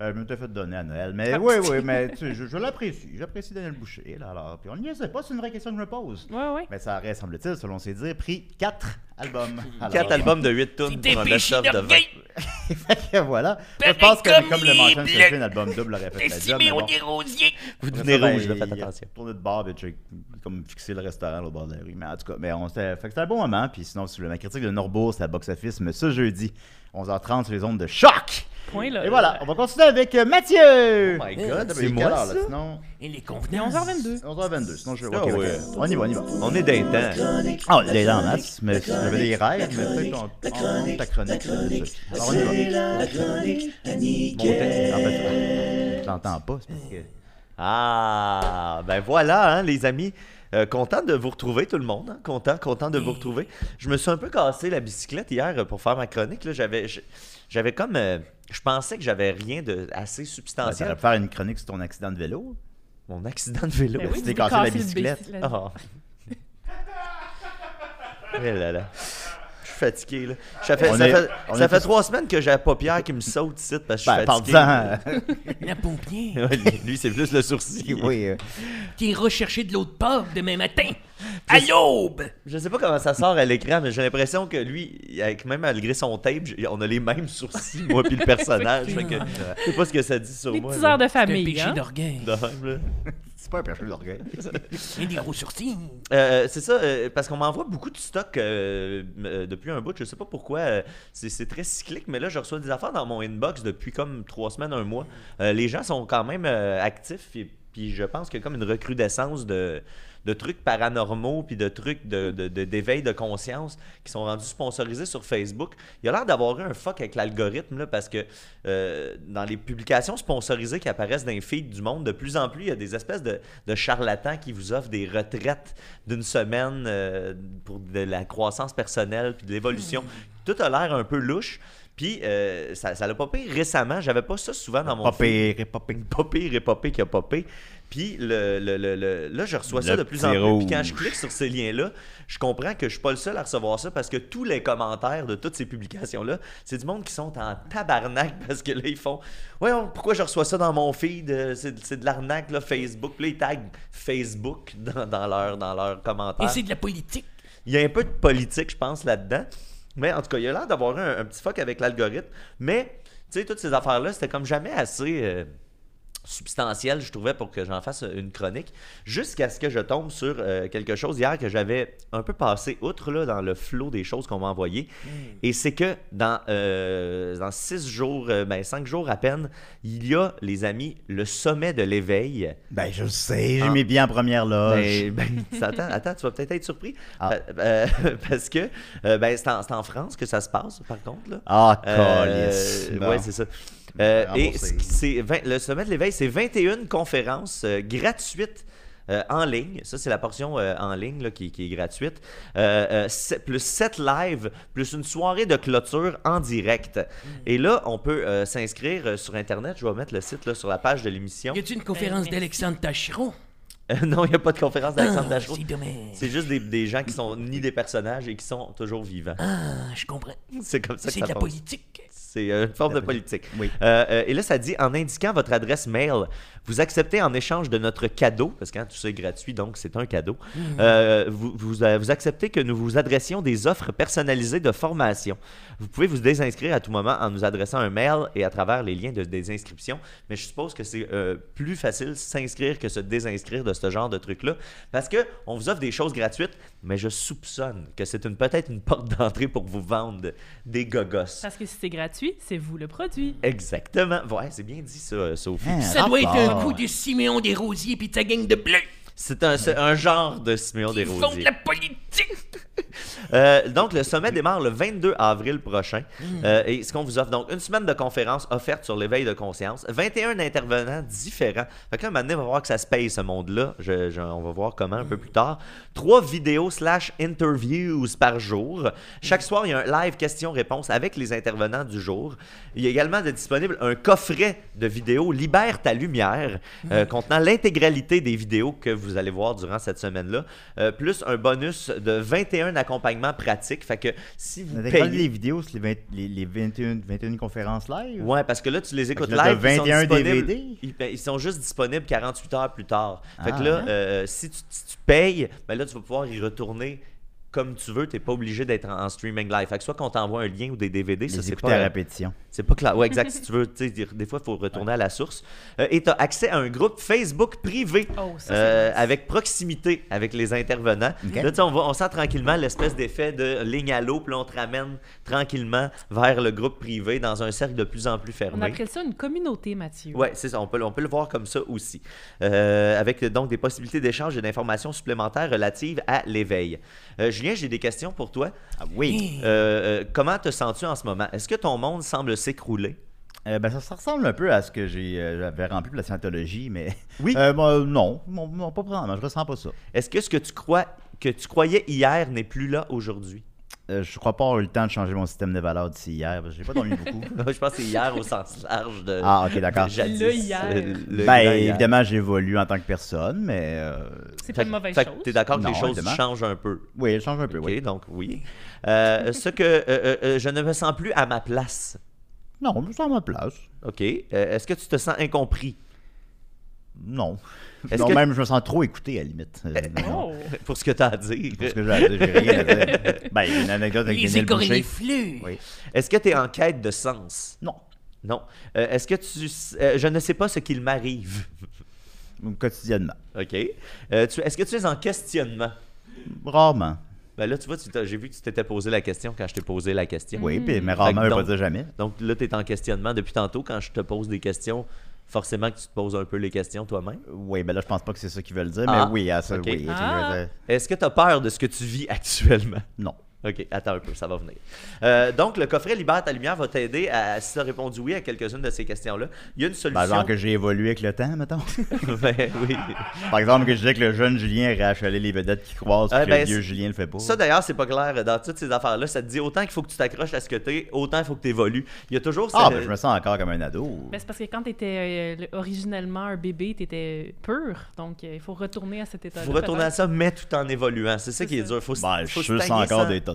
Euh, je me t'ai fait donner à Noël. Mais Ah, oui, petit. oui, mais tu sais, je, je l'apprécie. J'apprécie Daniel Boucher. Là, alors, puis on ne le sait pas, c'est une vraie question que je me pose. Ouais, ouais. Mais ça aurait, semble-t-il, selon ses dires, pris 4 albums. Alors, Quatre albums de 8 tunes Des pour un best-of péchés de 20. d'orgueil. fait que voilà. Je Pareil pense que, comme comme le les mentionne, c'est bleus. un album double aurait fait Des la job. mais Siméon bon. des Rosiers. Vous Après devenez ça, ben, rouge, là, il- faites il a attention. Tourné de bar, puis j'ai comme fixé le restaurant là, au bord de la rue. Mais en tout cas, mais on s'était- fait que c'était un bon moment. Puis sinon, si vous voulez ma critique de Norbourg, c'est la box-office, mais ce jeudi, 11h30 sur les ondes de choc. Point là. Et voilà, on va continuer avec euh, Mathieu. Oh my god, Il c'est est moi quelle heure, ça? là, sinon... Il est Il est convenant. 11h22. 11h22, sinon je vais. Ah ok, ok. ouais. On y va, on y va. On est d'un temps. Ah, il est là en masse, mais j'avais des rêves, mais peut-être qu'on on monte ta chronique. Alors on y va. Mon texte, en fait, je l'entends pas, c'est parce que. Ah, ben voilà, hein, les amis. Euh, content de vous retrouver, tout le monde. hein. Content, content de vous retrouver. Je me suis un peu cassé la bicyclette hier euh, pour faire ma chronique. là. J'avais je- j'avais comme. euh, je pensais que j'avais rien de assez Ah, Ça substantiel. aurait pu faire une chronique sur ton accident de vélo. Mon accident de vélo. Ben Tu oui, t'es tu cassé veux la casser le bicyclette. Ah, bicyclette. Oh. Eh là là. Je suis fatigué, là. Ça fait, On ça est- fait- on ça est fait tous- trois semaines que j'ai la paupière qui me saute ici parce que je suis Ben, fatigué. parle-en. La pompier Ouais, lui- Lui, c'est plus le sourcil. oui. euh, qui est recherchée de l'autre port demain matin. À l'aube. Je sais pas comment ça sort à l'écran, mais j'ai l'impression que lui, avec, même malgré son tape, j'ai- on a les mêmes sourcils, moi puis le personnage. fait que, je sais pas ce que ça dit sur Des moi. petits là. heures de C'est un famille. péché hein. d'orgueil. De même, là. Euh, C'est pas un péché d'orgueil. Et des gros sourcils. Euh, c'est ça, euh, parce qu'on m'envoie beaucoup de stock euh, m- euh, depuis un bout. Je sais pas pourquoi. euh, c'est, c'est très cyclique, mais là, je reçois des affaires dans mon inbox depuis comme trois semaines, un mois. Euh, les gens sont quand même euh, actifs. Et, puis je pense qu'il y a comme une recrudescence de, de trucs paranormaux, puis de trucs de, de- de- d'éveil de conscience qui sont rendus sponsorisés sur Facebook. Il a l'air d'avoir eu un fuck avec l'algorithme, là, parce que euh, dans les publications sponsorisées qui apparaissent dans les feeds du monde, de plus en plus, il y a des espèces de, de charlatans qui vous offrent des retraites d'une semaine euh, pour de la croissance personnelle puis de l'évolution. Tout a l'air un peu louche. Puis euh, ça ça l'a popé récemment. J'avais pas ça souvent dans mon Pas feed. pire, pas pire. Pas pire et pas pire qui a popé. Puis le, le- le- le- là, je reçois ça Le de plus petit en plus. rouge. Puis quand je clique sur ces liens-là, je comprends que je suis pas le seul à recevoir ça parce que tous les commentaires de toutes ces publications-là, c'est du monde qui sont en tabarnak parce que là, ils font Ouais, on- pourquoi je reçois ça dans mon feed Euh, C'est c'est de l'arnaque, là, Facebook. Puis là, ils taguent Facebook dans, dans leurs dans leurs Ah. Et commentaires. c'est de la politique. Il y a un peu de politique, je pense, là-dedans. Mais en tout cas, il y a l'air d'avoir un, un petit fuck avec l'algorithme. Mais, tu sais, toutes ces affaires-là, c'était comme jamais assez euh, substantiel, je trouvais, pour que j'en fasse une chronique. Jusqu'à ce que je tombe sur euh, quelque chose hier que j'avais un peu passé outre là, dans le flot des choses qu'on m'a envoyées. Et c'est que dans, euh, dans six jours, euh, ben, cinq jours à peine, il y a, les amis, le sommet de l'éveil. Ben, je le sais, j'ai Ah. mis bien en première loge. Ben, ben, attends, attends, tu vas peut-être être surpris. Ah. Pa- euh, parce que euh, ben, c'est en, c'est en France que ça se passe, par contre. Là. Ah, Euh, calice. Bon. Ben, ouais, c'est ça. Euh, et Remboursé. c- c'est vingt- le sommet de l'éveil, c'est 21 conférences euh, gratuites. euh, en ligne, ça c'est la portion euh, en ligne là, qui, qui est gratuite, Euh, euh, sept- plus 7 lives, plus une soirée de clôture en direct. Mm. Et là, on peut euh, s'inscrire euh, sur Internet, je vais mettre le site là, sur la page de l'émission. Y a-t-il une conférence Ben, merci. d'Alexandre Tacheron? Euh, non, il n'y a pas de conférence d'Alexandre Ah, Dachaud. C'est dommage. C'est juste des, des gens qui sont ni des personnages et qui sont toujours vivants. Ah, je comprends. C'est comme ça que C'est ça de la fonctionne. politique. C'est euh, une forme de politique. Oui. Euh, euh, et là, ça dit en indiquant votre adresse mail, vous acceptez en échange de notre cadeau, parce que hein, tout ça est gratuit, donc c'est un cadeau. euh, vous, vous, euh, vous acceptez que nous vous adressions des offres personnalisées de formation. Vous pouvez vous désinscrire à tout moment en nous adressant un mail et à travers les liens de désinscription. Mais je suppose que c'est euh, plus facile s'inscrire que se désinscrire de ce genre de truc-là, parce que on vous offre des choses gratuites, mais je soupçonne que c'est une peut-être une porte d'entrée pour vous vendre des gogos. Parce que si c'est gratuit, c'est vous le produit. Exactement. Ouais, c'est bien dit ça, euh, Sophie. Hein, Ça doit être un rapport. coup de Siméon Desrosiers puis de sa gang de bleus. C'est un, c'est un genre de Siméon Ils font de Desrosiers. la politique. Euh, donc, le sommet démarre le 22 avril prochain. Hmm. Euh, et ce qu'on vous offre, donc, une semaine de conférences offertes sur l'éveil de conscience, 21 intervenants différents. Fait que là, maintenant, on va voir que ça se paye, ce monde-là. Je- je- on va voir comment un peu Hmm. plus tard. Trois vidéos slash interviews par jour. Chaque soir, il y a un live question-réponse avec les intervenants du jour. Il y a également de disponible un coffret de vidéos Libère ta lumière, euh, contenant l'intégralité des vidéos que vous allez voir durant cette semaine-là, euh, plus un bonus de 21 accompagnements pratiques. Fait que si vous On avait parlé des payez... vidéos sur les, 20 les- les 21, 21 conférences live. Ouais, parce que là, tu les écoutes Fait que là, live. t'as ils sont 21 disponibles- DVD? Ils, ben, ils sont juste disponibles 48 heures plus tard. Fait Ah, que là, hein? euh, si, tu, si tu payes, ben là, tu vas pouvoir y retourner comme tu veux. Tu n'es pas obligé d'être en, en streaming live. Fait que soit qu'on t'envoie un lien ou des DVD, ça, les c'est écouter pas... euh, à répétition. C'est pas clair. Ouais, exact. si tu veux, tu sais, dire- des fois, il faut retourner à la source. Euh, et tu as accès à un groupe Facebook privé Oh, ça, c'est Euh, nice. Euh, avec proximité avec les intervenants. Ok. Là, tu sais, on, va- on sent tranquillement l'espèce d'effet de ligne à l'eau, puis là, on te ramène tranquillement vers le groupe privé dans un cercle de plus en plus On fermé. appelle ça une communauté, Mathieu. Ouais, c'est ça. On peut, le- on peut le voir comme ça aussi. Euh, avec euh, donc des possibilités d'échange et d'informations supplémentaires relatives à l'éveil. Euh, Julien, j'ai des questions pour toi. Ah oui. Euh, euh, comment te sens-tu en ce moment? Est-ce que ton monde semble s'écrouler? Euh, ben, ça, ça ressemble un peu à ce que j'ai, euh, j'avais rempli pour la scientologie, mais. Oui. Euh, moi, non, mon- mon- pas vraiment. Je ressens pas ça. Est-ce que ce que tu crois que tu croyais hier n'est plus là aujourd'hui? Euh, je crois pas avoir eu le temps de changer mon système de valeurs d'ici hier. parce que J'ai pas dormi beaucoup. Je pense que c'est hier au sens large de. Ah, ok, d'accord. de jadis. Le hier. Euh, le ben, hier. évidemment, j'évolue en tant que personne, mais. euh, C'est pas Fait, une mauvaise fait que chose. t'es d'accord que Non, les choses évidemment. changent un peu. Oui, elle change un peu, Ok, oui. donc oui. Euh, ce que euh, euh, euh, je ne me sens plus à ma place. Non, je suis à ma place. Ok. Euh, Est-ce que tu te sens incompris? Non. Est-ce Non, que- Eh, même, je me sens trop écouté, à la limite. Euh, non. Oh. Pour ce que tu as à dire. Parce que j'ai à dire, j'ai rien à dire. Ben, il y a une anecdote avec Les Daniel Boucher. écornifleux. Oui. Est-ce que tu es en quête de sens? Non. Non. Euh, Est-ce que tu. euh, je ne sais pas ce qu'il m'arrive. Quotidiennement. OK. Euh, tu- Est-ce que tu es en questionnement? Rarement. Ben là, tu vois, tu t'as- j'ai vu que tu t'étais posé la question quand je t'ai posé la question. Oui, puis- mais Hmm. Fait que rarement, je ne donc- pas dire jamais. Donc là, tu es en questionnement depuis tantôt. Quand je te pose des questions, forcément que tu te poses un peu les questions toi-même. Oui, ben là, je pense pas que c'est ça qu'ils veulent dire, Ah, mais oui, à ça, ok. oui. Ah. je veux dire, Est-ce que tu as peur de ce que tu vis actuellement? Non. OK, attends un peu, ça va venir. Euh, donc, le coffret Libère ta lumière va t'aider à, si tu as répondu oui à quelques-unes de ces questions-là. Il y a une Par solution. exemple que j'ai évolué avec le temps, mettons. Ben oui. Par exemple que je disais que le jeune Julien rachalait les vedettes qui croisent, Ouais, puis que ben, le vieux c'est- Julien le fait pas. Ça, d'ailleurs, c'est pas clair. Dans toutes ces affaires-là, ça te dit autant qu'il faut que tu t'accroches à ce que t'es, autant il faut que tu évolues. Il y a toujours ah, ce- ben je me sens encore comme un ado. Ben, c'est parce que quand tu étais originellement un bébé, tu étais pur. Donc, euh, il faut retourner à cet état-là. faut retourner à peut-être. ça, mais tout en évoluant. C'est ça qui est C'est ça. dur. Faut, s- Ben, je faut suis se sûr c'est tanguer encore sans- des tontons.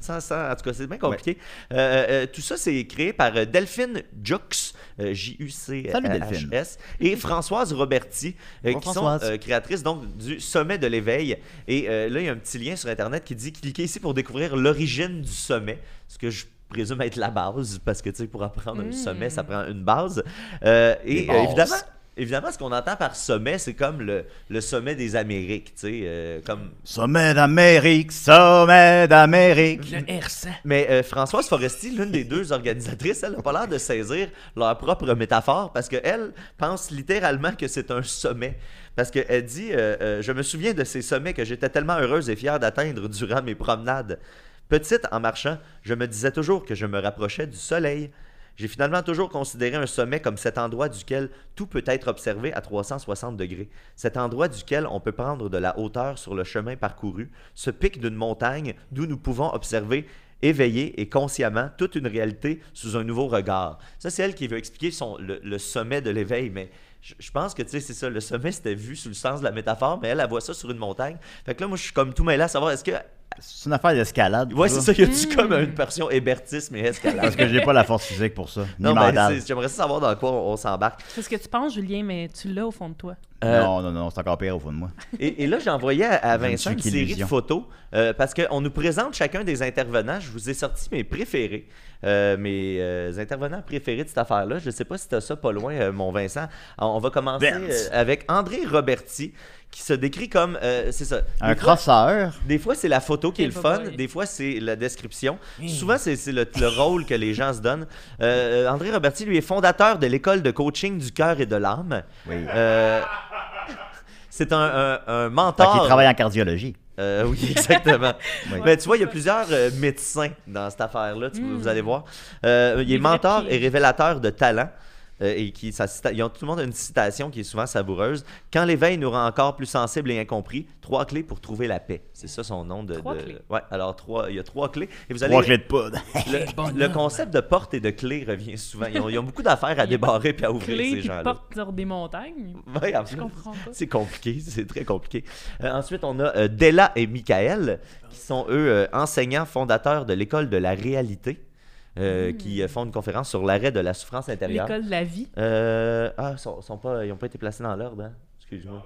sans- sans- en tout cas, c'est bien compliqué. Euh, euh, tout ça, c'est créé par euh, Delphine Jux, euh, Salut, Delphine. J-U-C-H-S, et Françoise Roberti, euh, Bon, qui Françoise. sont euh, créatrices donc, du Sommet de l'éveil. Et euh, là, il y a un petit lien sur Internet qui dit cliquez ici pour découvrir l'origine du sommet, ce que je présume être la base, parce que tu sais, pour apprendre un Mm. sommet, ça prend une base. Euh, et Hmm. Des euh, bases. évidemment. Évidemment, ce qu'on entend par sommet, c'est comme le, le sommet des Amériques, tu sais, euh, comme Sommet d'Amérique, sommet d'Amérique. Le R100. Mais euh, Françoise Foresti, l'une des deux organisatrices, elle n'a pas l'air de saisir leur propre métaphore parce qu'elle pense littéralement que c'est un sommet. Parce qu'elle dit euh, euh, Je me souviens de ces sommets que j'étais tellement heureuse et fière d'atteindre durant mes promenades. Petite, en marchant, je me disais toujours que je me rapprochais du soleil. J'ai finalement toujours considéré un sommet comme cet endroit duquel tout peut être observé à 360 degrés, cet endroit duquel on peut prendre de la hauteur sur le chemin parcouru, ce pic d'une montagne d'où nous pouvons observer éveillé et consciemment toute une réalité sous un nouveau regard. Ça, c'est elle qui veut expliquer son, le, le sommet de l'éveil, mais je, je pense que, tu sais, c'est ça, le sommet, c'était vu sous le sens de la métaphore, mais elle, elle voit ça sur une montagne. Fait que là, moi, je suis comme tout mêlé à savoir, est-ce que... C'est une affaire d'escalade. Ouais, ça. c'est ça, il y a-tu comme une portion hébertisme et escalade? Parce que j'ai pas la force physique pour ça. Ni Non, ben, mentale. c'est- j'aimerais ça savoir dans quoi on, on s'embarque. C'est ce que tu penses, Julien, mais tu l'as au fond de toi. Euh, Non, non, non, c'est encore pire au fond de moi. Et, et là, j'ai envoyé à, à Je ne Vincent suis une série de qu'illusion. photos euh, parce qu'on nous présente chacun des intervenants. Je vous ai sorti mes préférés, euh, mes euh, intervenants préférés de cette affaire-là. Je ne sais pas si tu as ça pas loin, euh, mon Vincent. On, on va commencer Vince. euh, avec André Roberti qui se décrit comme, euh, c'est ça, Un des fois, crosseur. des fois, c'est la photo qui est le Quel fun, bye-bye. des fois c'est la description. Souvent c'est c'est le, le rôle que les gens se donnent. Euh, André Roberti, lui, est fondateur de l'école de coaching du cœur et de l'âme. Oui. Euh, c'est un, un- un Fait mentor. qu'il travaille en cardiologie. Euh, oui, exactement. Oui. Mais tu vois, il y a plusieurs euh, médecins dans cette affaire-là, tu- vous Mm. allez voir. Euh, il est Les vrais mentor piliers. et révélateur de talent. euh, et qui, sa cita- ils ont tout le monde a une citation qui est souvent savoureuse. Quand l'éveil nous rend encore plus sensibles et incompris, trois clés pour trouver la paix. C'est ça son nom de. Trois de- clés. Ouais, alors trois, il y a trois clés. Et vous Trois allez clés de poudre. le, le concept de porte et de clé revient souvent. Ils ont, ils ont beaucoup d'affaires à débarrer puis à ouvrir Clé ces puis gens-là. porte hors des montagnes. Ouais, en Je plus. comprends pas. C'est compliqué, c'est très compliqué. Euh, ensuite, on a euh, Della et Michael, qui sont eux euh, enseignants fondateurs de l'école de la réalité, euh, qui euh, font une conférence sur l'arrêt de la souffrance intérieure. L'école de la vie. Euh, ah, sont, sont pas, ils n'ont pas été placés dans l'ordre, hein? Excuse-moi.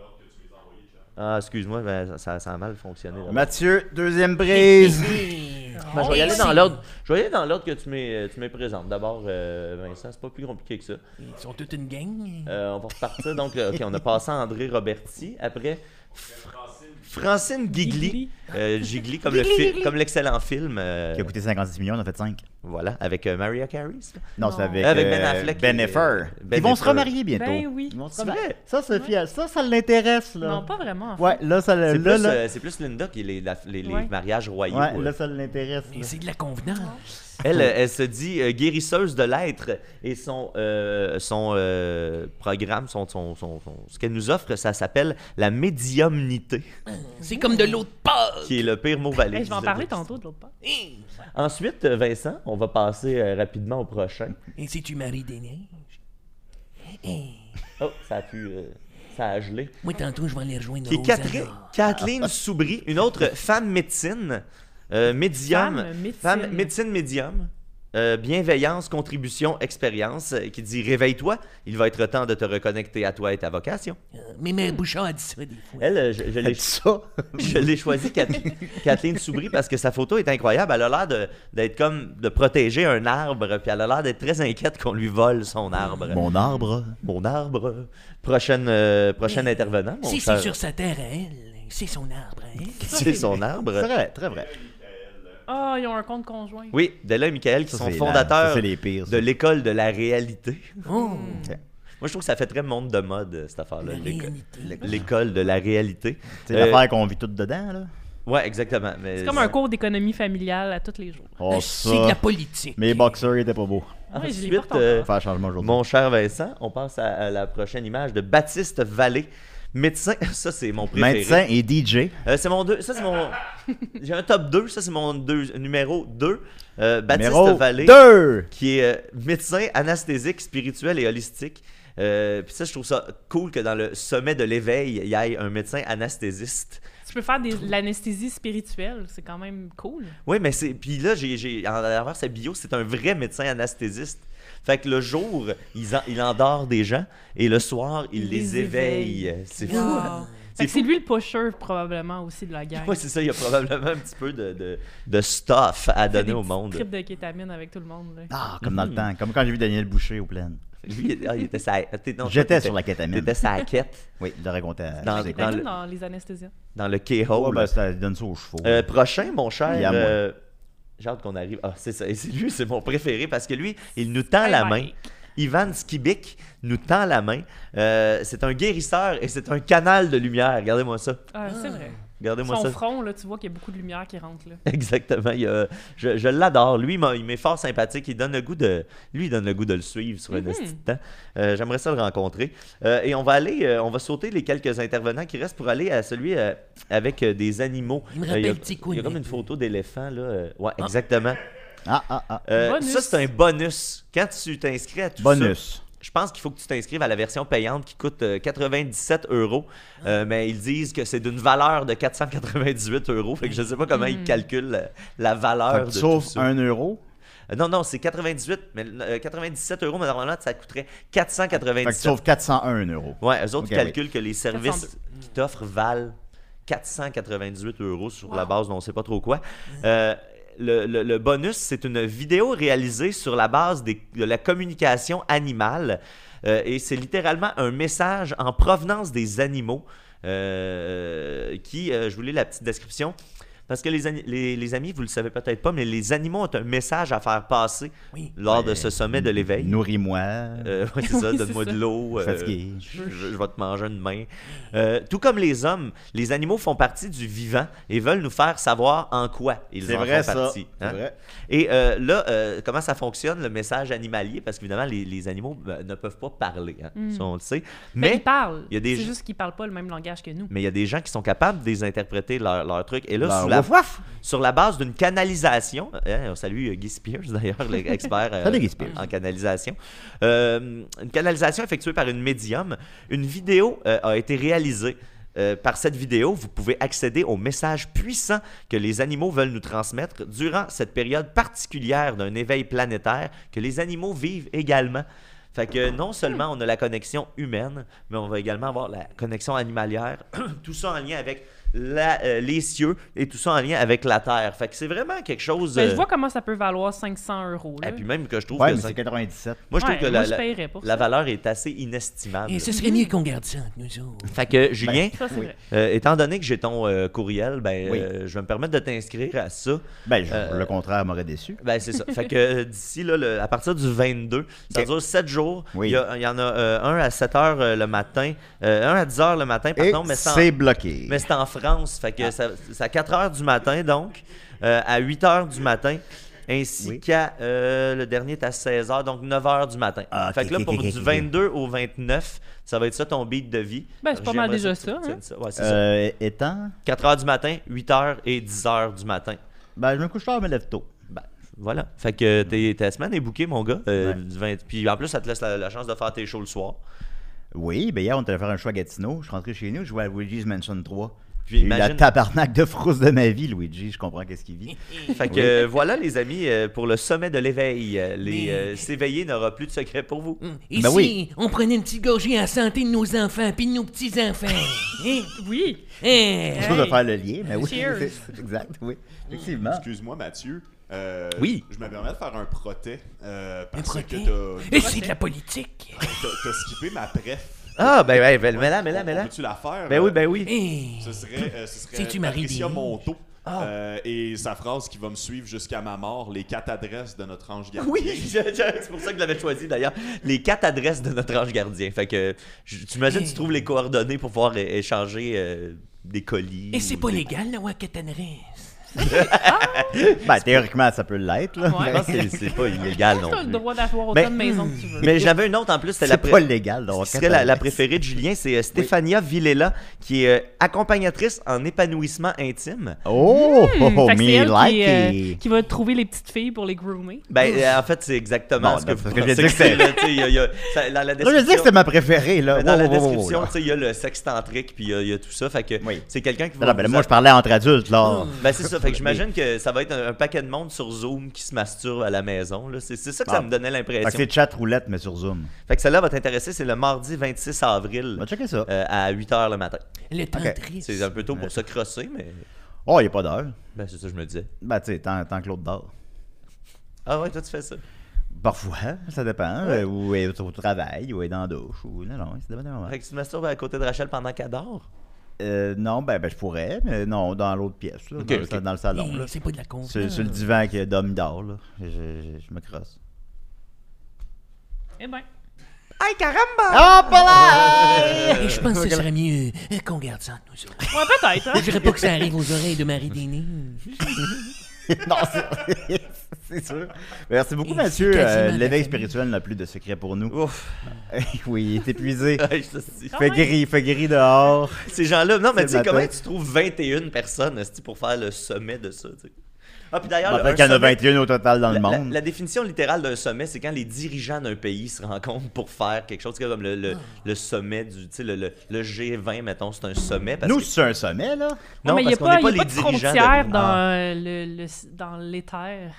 Ah, excuse-moi, ben, ça, ça a mal fonctionné. là. Mathieu, deuxième prise. Ah, Ben, Ah, je vais y aller dans l'ordre. Je vais y aller dans l'ordre que tu m'es tu m'es présente. D'abord, euh, Vincent, c'est pas plus compliqué que ça. Ils sont toute une gang. Euh, on va repartir. Donc, euh, OK, on a passé à André Roberti. Après, Francine Gigli. Gigli. Euh, Gigli, comme, le fi- comme l'excellent film. euh, Qui a coûté 56 millions, on en a fait 5. voilà, avec euh, Maria Carey. c'est ça? Non, Non. c'est avec, Avec euh, Ben Affleck et- Ben Affleck. Ben Ils vont se Affleck. remarier bientôt. Ben oui. Ils vont se C'est remarier. vrai? Ça, Sophie, elle- ça, ça l'intéresse, là. Non, pas vraiment. en fait. Ouais, là, ça le- C'est, là, plus, là- euh, c'est plus Linda qui est les, la- les- les Ouais. mariages royaux. ouais, euh. là, ça l'intéresse. Mais là. c'est de la convenance. Elle, euh, elle se dit euh, guérisseuse de l'être et son, euh, son euh, programme, son, son- son- son- ce qu'elle nous offre, ça s'appelle la médiumnité, C'est comme de l'eau de Pâques. qui est le pire mot valide. Hey, je vais en parler tantôt de l'autre part. Hey. Ensuite, euh, Vincent, on va passer euh, rapidement au prochain. Et si tu maries des neiges? Hey. Oh, ça a pu. euh, ça a gelé. Ah. Moi, tantôt, je vais aller rejoindre Qui est Rosanna. Catherine, Kathleen Soubry, une autre femme médecine, euh, médium. Femme médecine. Femme médecine médium. euh, bienveillance, contribution, expérience, euh, qui dit réveille-toi, il va être temps de te reconnecter à toi et ta vocation. Euh, Mais Mère Bouchard a dit ça des fois. Elle, euh, je, je l'ai Ça, je l'ai choisi Kathleen, Kathleen Soubry parce que sa photo est incroyable. Elle a l'air de- d'être comme de protéger un arbre, puis elle a l'air d'être très inquiète qu'on lui vole son arbre. mon arbre. Mon arbre. Prochaine, euh, prochaine intervenant. mon Si cher- c'est sur sa terre à elle, c'est son arbre à elle. C'est son C'est arbre. vrai, très vrai. Ah, ils ont un compte conjoint. Oui, Della et Michael qui Ça, sont c'est la- fondateurs ça, c'est les pires, de ça. l'école de la réalité. Oh, Moi, je trouve que ça fait très monde de mode, cette affaire-là. la l'éco- réalité. L'école de la réalité. C'est Euh, l'affaire qu'on vit toutes dedans, là. Ouais, exactement. mais C'est comme un cours d'économie familiale à tous les jours. Oh, C'est de ça. la politique. Mes boxers étaient pas beaux. Ouais, je l'ai Ensuite, porté encore. euh, Faire un changement aujourd'hui. Mon cher Vincent, on passe à, à la prochaine image de Baptiste Vallée, médecin. Ça, c'est mon préféré. Médecin et DJ. Euh, c'est mon deux. Ça, c'est mon. J'ai un top 2. Ça, c'est mon deux- numéro 2. Baptiste Numéro Vallée. 2. qui est euh, médecin anesthésique, spirituel et holistique. Euh, Puis ça, je trouve ça cool que dans le sommet de l'éveil, il y ait un médecin anesthésiste. Tu peux faire des- de l'anesthésie spirituelle, c'est quand même cool. Oui, mais c'est. Puis là, j'ai, j'ai, en travers sa bio, c'est un vrai médecin anesthésiste. Fait que le jour, il, en- il endort des gens et le soir, il Il les, les éveille. éveille. C'est fou. Wow. C'est Fait que c'est fou. lui le pusher probablement aussi de la gang. Ouais, c'est ça, il y a probablement un petit peu de, de, de stuff à Il fait donner des au petites monde. tripes de kétamine avec tout le monde. là. Ah, Mm-hmm. comme dans le temps. Comme quand j'ai vu Daniel Boucher au plein. Lui, il- ah, il était sa- t'es- non, toi, J'étais t'étais- sur la kétamine. T'étais sa quête Oui, je le racontais. à- Dans- La dans kétamine le- dans les anesthésiens. dans le keyhole. Ouais, ben, ça donne ça aux chevaux. Euh, prochain, mon cher. Il y a moi. euh, J'ai hâte qu'on arrive. Ah, c'est ça. Et c'est lui, c'est mon préféré parce que lui, il nous tend Hey, la main. Mike. Ivan Skibik nous tend la main. Euh, c'est un guérisseur et c'est un canal de lumière. Regardez-moi ça. Ah, c'est vrai. Regardez-moi Son ça. front, là, tu vois qu'il y a beaucoup de lumière qui rentre. Là. Exactement. Il y a- je je l'adore. Lui, il m'a- il m'est fort sympathique. Il donne le goût de, lui, il donne le goût de le suivre sur un Mm-hmm. Mhm. petit temps. Euh, J'aimerais ça le rencontrer. Euh, et on va aller, euh, on va sauter les quelques intervenants qui restent pour aller à celui euh, avec euh, des animaux. Il me il, y a, rappelle Petit il y a Counet. comme une photo d'éléphant là. euh, ouais, exactement. Ah, ah, ah. Euh, Bonus. ça, c'est un bonus. Quand tu t'inscris à tout ça, Bonus. je pense qu'il faut que tu t'inscrives à la version payante qui coûte euh, 97 euros. Euh, mais ils disent que c'est d'une valeur de 498 euros. Fait que je sais pas comment ils calculent la, la valeur Ah, de tout Sauf ça. un euro. Euh, Non, non, c'est 98, mais euh, 97 euros, mais normalement, ça coûterait 497. Fait que tu sauves 401 euro. Ouais, eux autres, Ok, ils calculent que les services 402. qu'ils t'offrent valent 498 euros sur la base d'on sait pas trop quoi. Euh, le, le- le bonus, c'est une vidéo réalisée sur la base des- de la communication animale. Euh, et c'est littéralement un message en provenance des animaux euh, qui, euh, je voulais la petite description, parce que les, ani- les- les amis, vous le savez peut-être pas, mais les animaux ont un message à faire passer Oui. lors de ce sommet de l'éveil. Nourris-moi. Euh, ouais, c'est ça, Oui, donne-moi c'est de ça. l'eau. euh, Fatigué. je, je- je vais te manger une main. Euh, tout comme les hommes, les animaux font partie du vivant et veulent nous faire savoir en quoi ils C'est en vrai, font ça. partie. C'est hein. vrai. Et euh, là, euh, comment ça fonctionne, le message animalier? Parce qu'évidemment, les, les animaux ben, ne peuvent pas parler, hein, Hmm. ça, on le Ben, sait. Mais Mais il parle. il y a des C'est gens- juste qu'il parle pas le même langage que nous. mais il y a des gens qui sont capables d'interpréter leur, leur truc. Et là, Leur sous la, wouf wouf. sur la base d'une canalisation, hein, on salue euh, Guy Spears d'ailleurs, l'expert euh, Salut, Guy Spears. en canalisation, Euh, une canalisation effectuée par une médium, une vidéo euh, a été réalisée. Euh, par cette vidéo, vous pouvez accéder aux messages puissants que les animaux veulent nous transmettre durant cette période particulière d'un éveil planétaire que les animaux vivent également. Fait que non seulement on a la connexion humaine, mais on va également avoir la connexion animalière, tout ça en lien avec la- euh, les cieux et tout ça en lien avec la terre. Fait que c'est vraiment quelque chose. Ben, euh, je vois comment ça peut valoir 500 euros. là. et puis même que je trouve Ouais, que mais ça- c'est 97. moi je trouve Ouais, que moi, la, je la- paierais pour la ça. valeur est assez Ah, inestimable. ben Et ce serait mieux qu'on garde ça entre nous autres. Fait que Julien, Ça, c'est vrai. euh, étant donné que j'ai ton euh, courriel, ben Oui. euh, je vais me permettre de t'inscrire à ça. Ben, je- Euh, le contraire m'aurait déçu. Ben, c'est ça. Fait que euh, d'ici, là, le- à partir du 22, ça Ok. dure 7 jours. Oui. Il, y a- il y en a euh, un à 7 heures euh, le matin, euh, un à 10 heures le matin, Et pardon, mais c'est en- c'est Ah. bloqué. mais c'est en France. Fait que ça, c'est à 4 heures du matin, donc, euh, à 8 heures du matin. Ainsi Oui. qu'à euh, le dernier est à 16h, donc 9h du matin. Ah, fait ok, que là, ok, pour ok, du ok, ok. 22 au 29, ça va être ça ton beat de vie. Ben, c'est pas mal déjà ça, hein? Euh. étant. 4h du matin, 8h et 10h du matin. Ben, je me couche tard, mais lève tôt. Ben, voilà. Fait que t'es- ta semaine est bouquée, mon gars. euh, Ouais. du 20 Puis en plus, ça te laisse la, la chance de faire tes shows le soir. Oui, ben hier, on était allé faire un choix à Gatineau. Je suis rentré chez nous, je jouais à Luigi's Mansion 3. Puis J'ai eu la imagine- tabarnak de frousse de ma vie, Luigi. Je comprends qu'est-ce qu'il vit. Fait que euh, voilà, les amis, euh, pour le sommet de l'éveil. Euh, Les Mais- euh, s'éveiller n'aura plus de secret pour vous. Et Ben si oui. on prenait une petite gorgée à la santé de nos enfants puis de nos petits-enfants? hein? Oui. Hein? Chose de Hey. faire le lien, mais oui. Cheers. c'est- Exact, oui. Effectivement. Excuse-moi, Mathieu. Euh, Oui. Je me permets de faire un proté. Euh, Un parce proté? que Et t'as- c'est de la politique. Hein? t'as t'as skippé ma préf. Ah, ben, ben, ben, mets-la, mets-la, mets-la. Peux-tu la faire? Ben euh, oui, ben oui. Ah. Hein? Ce serait, euh, ce serait C'est-tu Marie Patricia Desrues? Monteau. euh, et sa phrase qui va me suivre jusqu'à ma mort, les quatre adresses de notre ange gardien. Oui, je- je- c'est pour ça que je l'avais choisi d'ailleurs. Les quatre adresses de notre ange gardien. Fait que, je- tu imagines, tu trouves les coordonnées pour pouvoir é- échanger euh, des colis. Et c'est ou pas des- légal, la Wakatanerie. Ben, théoriquement, ça peut l'être, là. Je pense que c'est- c'est pas illégal non T'as le plus. droit d'avoir autant Ben, de maisons que tu veux. Mais j'avais une autre en plus, c'était C'est la pas pré- légal, donc. Ce serait la, la préférée de Julien, c'est euh, Stéphania Villela, qui est euh, accompagnatrice en épanouissement intime. Oh, oh, oh, Hmm. Fait que c'est me elle qui, likey. euh, qui va trouver les petites filles pour les groomer. Ben, euh, en fait, c'est exactement Bon, ce que ben, vous parce que je pensez dis que que c'est, c'est- là, tu sais, il y a- il y a- ça- dans Là, je la dis que description- c'était ma préférée, là. Mais dans la Wow, wow, wow, wow, description, là. tu sais, il y a le sexe tantrique, puis il y a- il y, a tout ça. Fait que Oui. c'est quelqu'un qui Non, va. non, ben, vous moi, je parlais entre adultes, là. Ben, c'est ça, fait que j'imagine que ça va être un, un paquet de monde sur Zoom qui se masturbe à la maison. là. C'est c'est ça que ça Ah. me donnait Fait que l'impression. c'est chat roulette, mais sur Zoom. Fait que celle-là va t'intéresser, c'est le mardi 26 avril On va checker ça. euh, à 8h le matin. Le tantrice. C'est un peu Euh, tôt pour se crosser, mais Oh, il n'y a pas d'heure. ben, c'est ça que je me disais. Ben, tu sais, tant, tant que l'autre dort. Ah ouais, toi tu fais ça. Parfois, ça dépend. euh, Ou elle est au travail, ou elle est dans la douche, ou... Non, non, c'est dépend Fait que tu te masturbes à côté de Rachel pendant qu'elle dort. Euh, non, ben, ben, je pourrais, mais non, dans l'autre pièce, là, Ok, dans, le ok. sa- dans le salon. Eh, Là. C'est pas de la con. Sur, sur le divan que Dom dort, là. Je, je- je me crosse. Eh ben. Ah! Oh, pas là! Et je pense que ce serait mieux euh, qu'on garde ça entre nous autres. Ouais, peut-être. hein. Je dirais pas que ça arrive aux oreilles de Marie Denis. non, c'est- c'est sûr. Merci beaucoup, Et Mathieu. c'est Euh, quasiment la L'éveil famille. spirituel n'a plus de secret pour nous. Ouf. oui, il est épuisé. Ouais, Ah, je te dis. Il fait gris, il fait gris dehors. Ces gens-là, non, mais C'est tu sais, le comment matin. tu trouves 21 personnes esti, pour faire le sommet de ça, tu sais? Ah, puis d'ailleurs, En le- fait, un qu'il y en a sommet- 21 au total dans le la, la- monde. la définition littérale d'un sommet, c'est quand les dirigeants d'un pays se rencontrent pour faire quelque chose tu sais, comme le, Ah. le, le sommet du, tu sais, le, le, le G20, mettons, c'est un sommet. Parce Nous, que, c'est un sommet, là. Non, mais il n'y a parce qu'on pas, n'est y a les pas de dirigeants frontières de- dans, Ah. euh, le, le- dans l'éther. Tu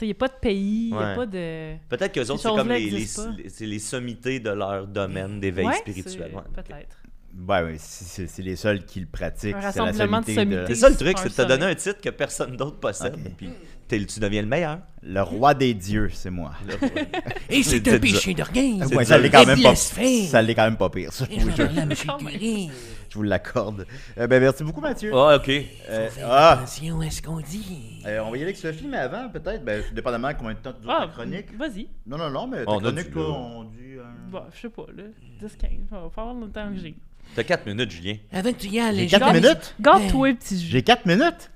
sais, il n'y a pas de pays, il n'y Ouais. a pas de. Peut-être qu'eux autres, c'est choses-là comme les, les, existent pas. les- c'est les sommités de leur domaine d'éveil Ouais, spirituel. c'est- ouais, ok. Peut-être. Ben oui, c'est- c'est c'est les seuls qui le pratiquent. Un c'est la euh, rassemblement de sommité de- C'est sommités. ça le truc, Un c'est de te donner sommet. un titre que personne d'autre possède, Ok. puis t'es- tu deviens le meilleur. Le roi des dieux, c'est moi. Et C'est c'est un bizarre. péché d'orgueil. Ouais, ça l'est quand Et même pas. blasphème. Ça l'est quand même pas pire, ça. Et je vais Oui, je, parler à M. Quand même. Curie. je vous l'accorde. Euh, ben merci beaucoup, Mathieu. Ah, ok. Euh, Fais ah, attention à ce qu'on dit. euh, on va y aller avec Sophie, mais avant, peut-être, ben, dépendamment de combien de temps tu dures Ah, ta chronique. Vas-y. Non, non, non, mais ta On a chronique, dit toi, là. on dit. euh, Bah, je sais pas, là. 10-15. On va faire le temps que j'ai. T'as 4 minutes, Julien. Avant que tu y ailles, J'ai je quatre dois- minutes? Garde-toi, petit jeu. J'ai 4 minutes?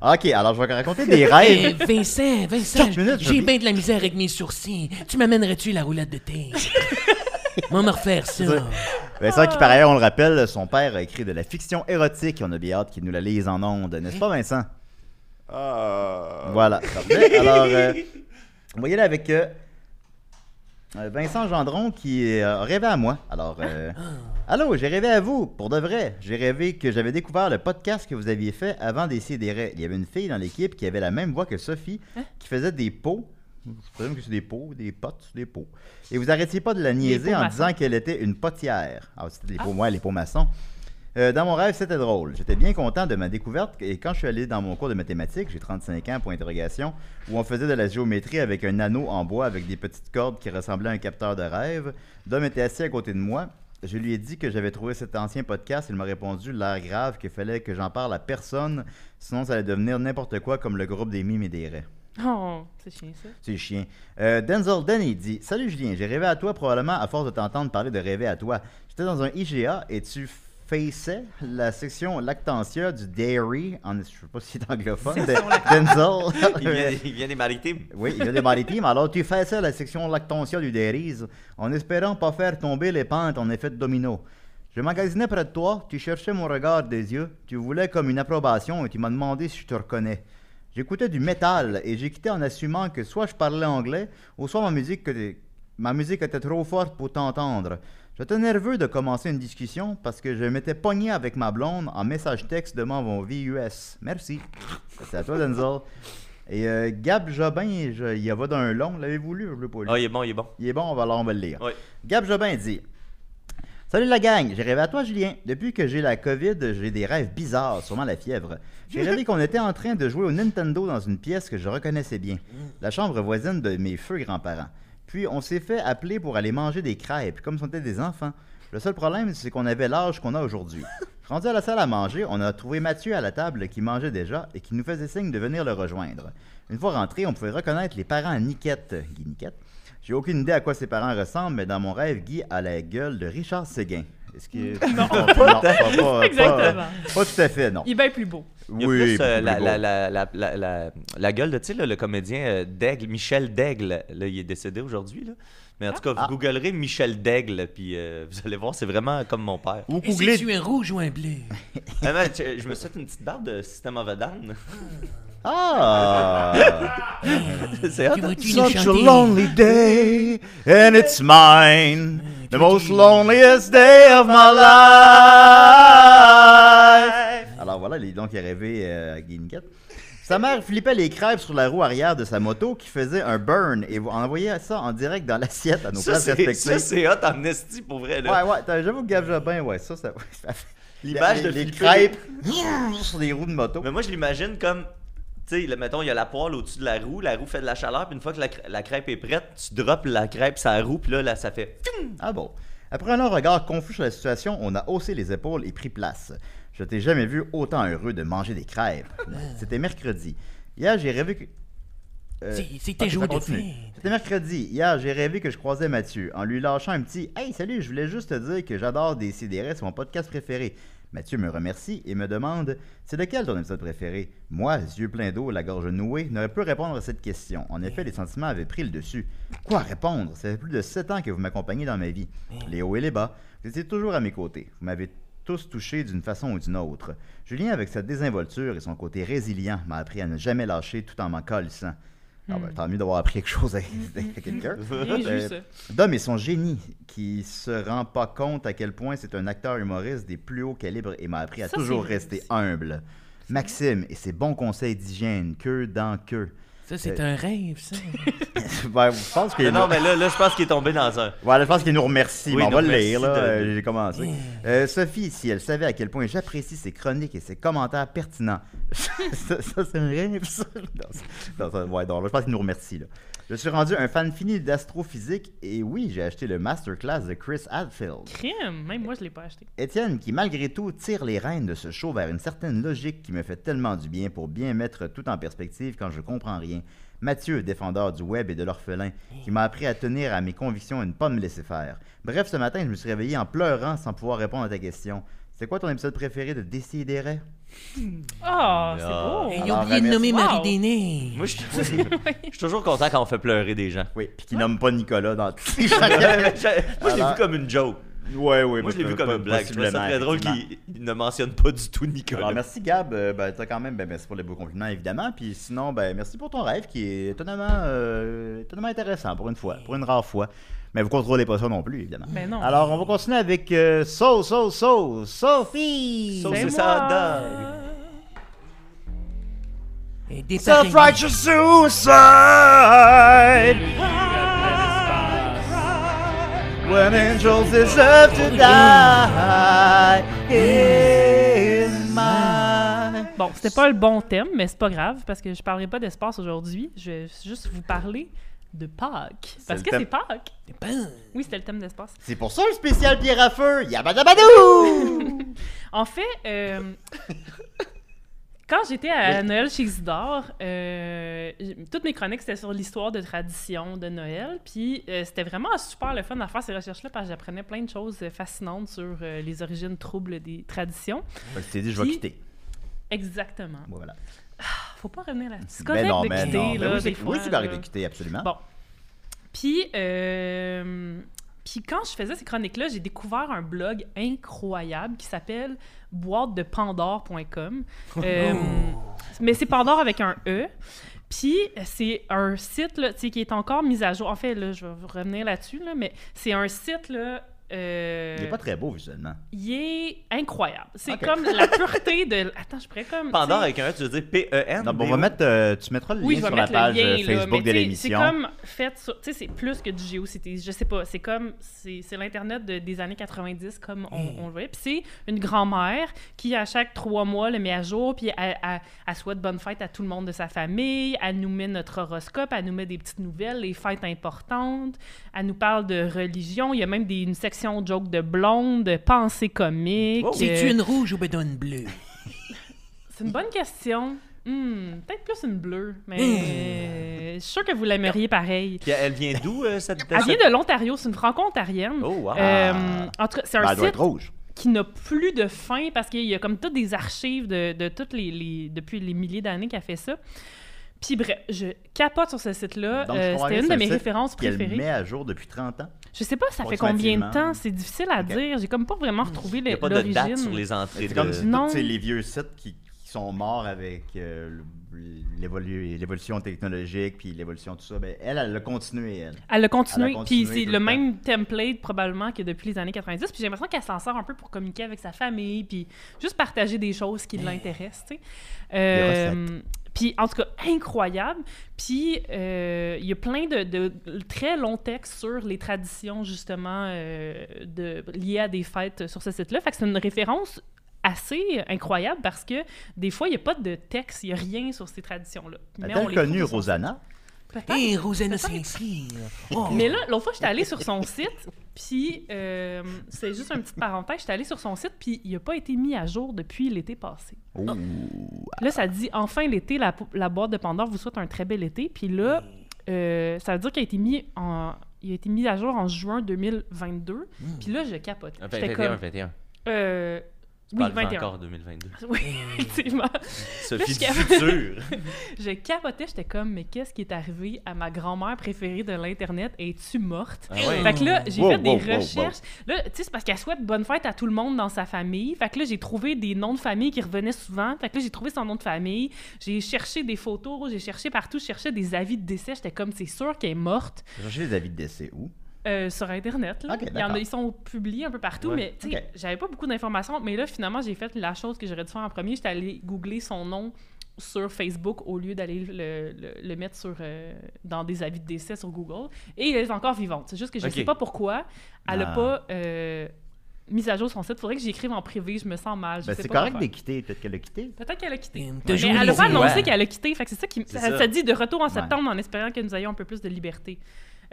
ok, alors je vais raconter des Eh, rêves. Vincent, Vincent, Quatre minutes, j'ai Johnny. bien de la misère avec mes sourcils. Tu m'amènerais-tu la roulade de thé? Moi, me refaire ça. Vincent, qui par ailleurs, on le rappelle, son père a écrit de la fiction érotique. On a bien hâte qu'il nous la lise en ondes, n'est-ce pas, Vincent? Ah. Voilà. Parfait. Alors, euh, on va y aller avec euh, euh, Vincent Gendron qui euh, a rêvé à moi. Alors, euh, allô, j'ai rêvé à vous, pour de vrai. J'ai rêvé que j'avais découvert le podcast que vous aviez fait avant d'essayer Il y avait une fille dans l'équipe qui avait la même voix que Sophie, qui faisait des pots. Je présume que c'est des pots, des potes, des pots. Et vous arrêtiez pas de la niaiser pots en maçons. disant qu'elle était une potière. Ah, c'était les pots, moi, les pots maçons. Euh, dans mon rêve, c'était drôle. J'étais bien content de ma découverte et quand je suis allé dans mon cours de mathématiques, j'ai 35 ans, point interrogation, où on faisait de la géométrie avec un anneau en bois avec des petites cordes qui ressemblaient à un capteur de rêve, Dom était assis à côté de moi. Je lui ai dit que j'avais trouvé cet ancien podcast. Il m'a répondu l'air grave qu'il fallait que j'en parle à personne, sinon ça allait devenir n'importe quoi comme le groupe des mimes et des raies. Oh, c'est chiant, ça. C'est chien. Euh, Denzel Denny dit Salut Julien, j'ai rêvé à toi probablement à force de t'entendre parler de rêver à toi. J'étais dans un IGA et tu faisais la section lactantia du dairy. En, je sais pas si c'est anglophone. de- Denzel. Il vient, il vient des maritimes. Oui, il y a des maritimes. Alors, tu fais ça, la section lactantia du Dériz, en espérant pas faire tomber les pentes en effet de domino. Je magasinais près de toi, tu cherchais mon regard des yeux, tu voulais comme une approbation et tu m'as demandé si je te reconnais. J'écoutais du métal et j'ai quitté en assumant que soit je parlais anglais ou soit ma musique, que- ma musique était trop forte pour t'entendre. J'étais nerveux de commencer une discussion parce que je m'étais pogné avec ma blonde en message texte devant mon VUS. Merci. C'est à toi, Denzel. Et euh, Gab Jobin, je- il y va d'un long. L'avez-vous lu? Je l'ai pas lu. Ah, il est bon, il est bon. Il est bon, on va, alors on va le lire. Oui. Gab Jobin dit Salut la gang, j'ai rêvé à toi Julien. Depuis que j'ai la COVID, j'ai des rêves bizarres, sûrement la fièvre. J'ai rêvé qu'on était en train de jouer au Nintendo dans une pièce que je reconnaissais bien, la chambre voisine de mes feux grands-parents. Puis on s'est fait appeler pour aller manger des crêpes, comme si on était des enfants. Le seul problème, c'est qu'on avait l'âge qu'on a aujourd'hui. Rendu à la salle à manger, on a trouvé Mathieu à la table qui mangeait déjà et qui nous faisait signe de venir le rejoindre. Une fois rentré, on pouvait reconnaître les parents à Niquette, Guy Niquette, j'ai aucune idée à quoi ses parents ressemblent, mais dans mon rêve, Guy a la gueule de Richard Séguin. Est-ce que... Non, pas, pas, pas- euh, Exactement. pas tout à fait, non. Il est bien plus beau. Il y a Oui, plus, euh, plus la, beau. la, la, la, la, la, la gueule de, tu sais, là, le comédien euh, Daigle, Michel Daigle. Là, il est décédé aujourd'hui, là. Mais en tout Ah. cas, vous googlerez Michel Daigle, puis euh, vous allez voir, c'est vraiment comme mon père. Vous Est-ce que googlez... tu es rouge ou un bleu? Ah, man, tu- je me souhaite une petite barbe de System of a Down. Ah! c'est hot. Tu hein? vas-tu nous Such a chanter? lonely day, and it's mine. The most loneliest day of my life. Alors voilà, il est donc arrivé euh, à Guinguette. Sa mère flippait les crêpes sur la roue arrière de sa moto qui faisait un burn et envoyait ça en direct dans l'assiette à nos Ça, places c'est- ça, respectives. c'est hot en esti, pour vrai, là. Ouais, ouais, t'as- j'avoue que Gav Jobin, ouais, ça, ça. ça- L'image de les, les flipper. crêpes sur les roues de moto. Mais moi, je l'imagine comme, tu sais, le- mettons, il y a la poêle au-dessus de la roue, la roue fait de la chaleur, puis une fois que la, cr- la crêpe est prête, tu droppes la crêpe sur la roue, puis là, là, ça fait... Ah bon. Après un long regard confus sur la situation, on a haussé les épaules et pris place. Je t'ai jamais vu autant heureux de manger des crêpes. C'était mercredi. Hier, j'ai rêvé que. Euh, C'est- ok, C'était ça jour de continue. fête. C'était mercredi. Hier, j'ai rêvé que je croisais Mathieu en lui lâchant un petit Hey, salut, je voulais juste te dire que j'adore des CDR, c'est mon podcast préféré. Mathieu me remercie et me demande C'est lequel ton épisode préféré Moi, les yeux pleins d'eau, la gorge nouée, n'aurais pu répondre à cette question. En effet, les sentiments avaient pris le dessus. Quoi répondre Ça fait plus de 7 ans que vous m'accompagnez dans ma vie. Les hauts et les bas, vous étiez toujours à mes côtés. Vous m'avez tous touchés d'une façon ou d'une autre. Julien, avec sa désinvolture et son côté résilient, m'a appris à ne jamais lâcher tout en m'en colissant. Ah ben, tant mieux d'avoir appris quelque chose à, Mm-hmm. à quelqu'un. Bien Euh, Ben, vu, ça. Dom est son génie, qui se rend pas compte à quel point c'est un acteur humoriste des plus hauts calibres et m'a appris à Ça, toujours c'est vrai rester humble. Maxime et ses bons conseils d'hygiène, queue dans queue. Ça, c'est Euh, un rêve, ça. Ben, je pense qu'il Mais non, nous... mais là, là, je pense qu'il est tombé dans un... voilà, je pense qu'il nous remercie. Euh, Oui, mais on il va nous le lire, là. remercie de- euh, J'ai commencé. Euh, Sophie, si elle savait à quel point j'apprécie ses chroniques et ses commentaires pertinents. ça, ça, c'est un rêve, ça. Non, c'est- non, ça- ouais, non, là, je pense qu'il nous remercie, là. Je suis rendu un fan fini d'astrophysique et oui, j'ai acheté le masterclass de Chris Hadfield. Crime, même moi, je l'ai pas acheté. Étienne, qui malgré tout tire les rênes de ce show vers une certaine logique qui me fait tellement du bien pour bien mettre tout en perspective quand je comprends rien. Mathieu, défendeur du web et de l'orphelin, qui m'a appris à tenir à mes convictions et ne pas me laisser faire. Bref, ce matin, je me suis réveillé en pleurant sans pouvoir répondre à ta question. C'est quoi ton épisode préféré de Décideret? Ah, Non. c'est Ils beau. Alors, ont oublié de nommer wow. Marie Dénée. Moi, je je suis toujours content quand on fait pleurer des gens. Oui, puis qui nomme pas Nicolas dans Moi, je l'ai Alors- vu comme une joke. Ouais, ouais, Moi, je l'ai vu pas- comme une pas- blague. Je trouve ça possiblement, très drôle effectivement. qu'il il ne mentionne pas du tout Alors, Nicolas. merci Gab, Euh, ben, t'as quand même, ben, merci pour les beaux compliments évidemment, puis sinon, ben, merci pour ton rêve qui est étonnamment, euh, étonnamment intéressant pour une fois, pour une rare fois. Mais vous contrôlez pas ça non plus, évidemment. Mais Ben non. Alors, on va continuer avec euh, So, So, So, Sophie! Sauce C'est et moi. ça, Et des pareils. Self-righteous suicide! When angels deserve to die in my... Bon, c'était pas le bon thème, mais c'est pas grave parce que je parlerai pas d'espace aujourd'hui. Je vais juste vous parler de Pâques. Parce le que thème. c'est Pâques. Bon. Oui, c'était le thème d'espace. C'est pour ça le spécial pierre à feu! Yabadabadou! En fait, euh, quand j'étais à Noël chez Isidore, euh, j- toutes mes chroniques, c'était sur l'histoire de tradition de Noël. Puis euh, c'était vraiment super le fun à faire ces recherches-là parce que j'apprenais plein de choses euh, fascinantes sur euh, les origines troubles des traditions. Fait que tu t'es dit, je vais Puis- quitter. Exactement. Bon, Voilà. Faut pas revenir là-dessus. C'est Ben correct de quitter, non. Ben là, oui, des c'est- oui, fois, c'est correct de là. quitter, absolument. Bon. Puis, euh, puis quand je faisais ces chroniques-là, j'ai découvert un blog incroyable qui s'appelle boîte de pandore.com. Oh Euh, Mais c'est Pandore avec un E. Puis, c'est un site là, tu sais, qui est encore mis à jour. En fait, là, je vais vous revenir là-dessus, là, mais c'est un site là, euh, Il est pas très beau visuellement. il est incroyable. C'est Ok. comme la pureté de. Attends, je pourrais comme. tu sais- Pandore avec un E, tu veux dire P-E-N? Non, bon, on mais va où? mettre, euh, tu mettras le Ah, Oui, lien je vais sur la mettre page le lien, euh, là, mais Facebook tu de sais, l'émission. Ben, C'est comme fait sur. Tu sais, c'est plus que du GeoCities. Je sais pas. C'est comme. C'est c'est l'Internet de- des années 90, comme on, Hmm. on le voyait. Puis c'est une grand-mère qui, à chaque trois mois, le met à jour. Puis elle, elle- elle souhaite bonne fête à tout le monde de sa famille. Elle nous met notre horoscope. Elle nous met des petites nouvelles, les fêtes importantes. Elle nous parle de religion. Il y a même des, une section joke de blonde, de pensée comique. Oh, C'est-tu Euh, une rouge ou bedonne bleue? c'est une bonne question. Hmm, Peut-être plus une bleue, mais je suis sûre que vous l'aimeriez pareil. Puis elle vient d'où, euh, cette Elle vient cette- de l'Ontario, c'est une franco-ontarienne. Oh, wow. Euh, en tout cas, c'est un Ben, elle doit site être rouge. qui n'a plus de fin parce qu'il y a comme toutes des archives de, de toutes les, les- depuis les milliers d'années qu'elle fait ça. Puis bref, je capote sur ce site-là. Donc, je Euh, comprends C'était bien une que c'est de mes un site références Qu'elle préférées. met à jour depuis 30 ans. Je sais pas ça fait Approximativement. combien de temps, c'est difficile à dire. J'ai comme pas Hmm. vraiment retrouvé Il n'y le- a pas de l'origine. date sur les entrées. C'est comme de- si Non. tous ces- les vieux sites qui, qui sont morts avec euh, l'évolu- l'évolution technologique puis l'évolution tout ça, ben, elle, elle l'a continué, elle. Elle a Elle continué, a continué puis c'est tout le le même template probablement que depuis les années 90. Puis j'ai l'impression qu'elle s'en sort un peu pour communiquer avec sa famille, puis juste partager des choses qui l'intéressent. tu sais. Euh, puis en tout cas, incroyable. Puis euh, il y a plein de, de très longs textes sur les traditions justement euh, de, liées à des fêtes sur ce site-là. Fait que c'est une référence assez incroyable parce que des fois, il n'y a pas de texte, il n'y a rien sur ces traditions-là. Elle Mais on a les connu trouve sur- Rosanna. Peut-être. Hé, Rosanna Saint-Cyr! Oh, Mais là, l'autre fois, j'étais allée sur son site, puis euh, c'est juste une petite parenthèse, j'étais allée sur son site, puis il n'a pas été mis à jour depuis l'été passé. Là, ça dit enfin l'été, la, la boîte de Pandore vous souhaite un très bel été, puis là, euh, ça veut dire qu'il a été mis en. Il a été mis à jour en juin 2022. Puis là, je capote. 21, J'étais comme. 21. euh, oui, Parle-en 21. encore 2022. Oui, effectivement. Sophie du Là, je- futur. Je capotais, j'étais comme, mais qu'est-ce qui est arrivé à ma grand-mère préférée de l'Internet? Es-tu morte? ouais. Fait que là, j'ai Wow, fait wow, des wow, wow. recherches. Là, tu sais, c'est parce qu'elle souhaite bonne fête à tout le monde dans sa famille. Fait que là, j'ai trouvé des noms de famille qui revenaient souvent. Fait que là, j'ai trouvé son nom de famille. J'ai cherché des photos, j'ai cherché partout, je cherchais des avis de décès. J'étais comme, c'est sûr qu'elle est morte J'ai cherché les avis de décès où euh, sur Internet. Là. Ok, Il y en a- d'accord. ils sont publiés un peu partout, mais tu sais, ok. j'avais pas beaucoup d'informations. Mais là, finalement, j'ai fait la chose que j'aurais dû faire en premier. J'étais allée googler son nom sur Facebook au lieu d'aller le, le- le mettre sur, euh, dans des avis de décès sur Google. Et elle est encore vivante. C'est juste que je Ok. sais pas pourquoi elle a Ah. pas euh, mis à jour son site. Faudrait que j'écrive en privé, je me sens mal. je Ben, sais C'est pas correct quoi de faire. quitter, peut-être qu'elle l'a quitté. Peut-être qu'elle a quitté. T'as Mais joué elle a pas les annoncé Ouais. qu'elle a quitté. Fait que c'est ça qui ça, ça. ça dit de retour en septembre en espérant que nous ayons un peu plus de liberté.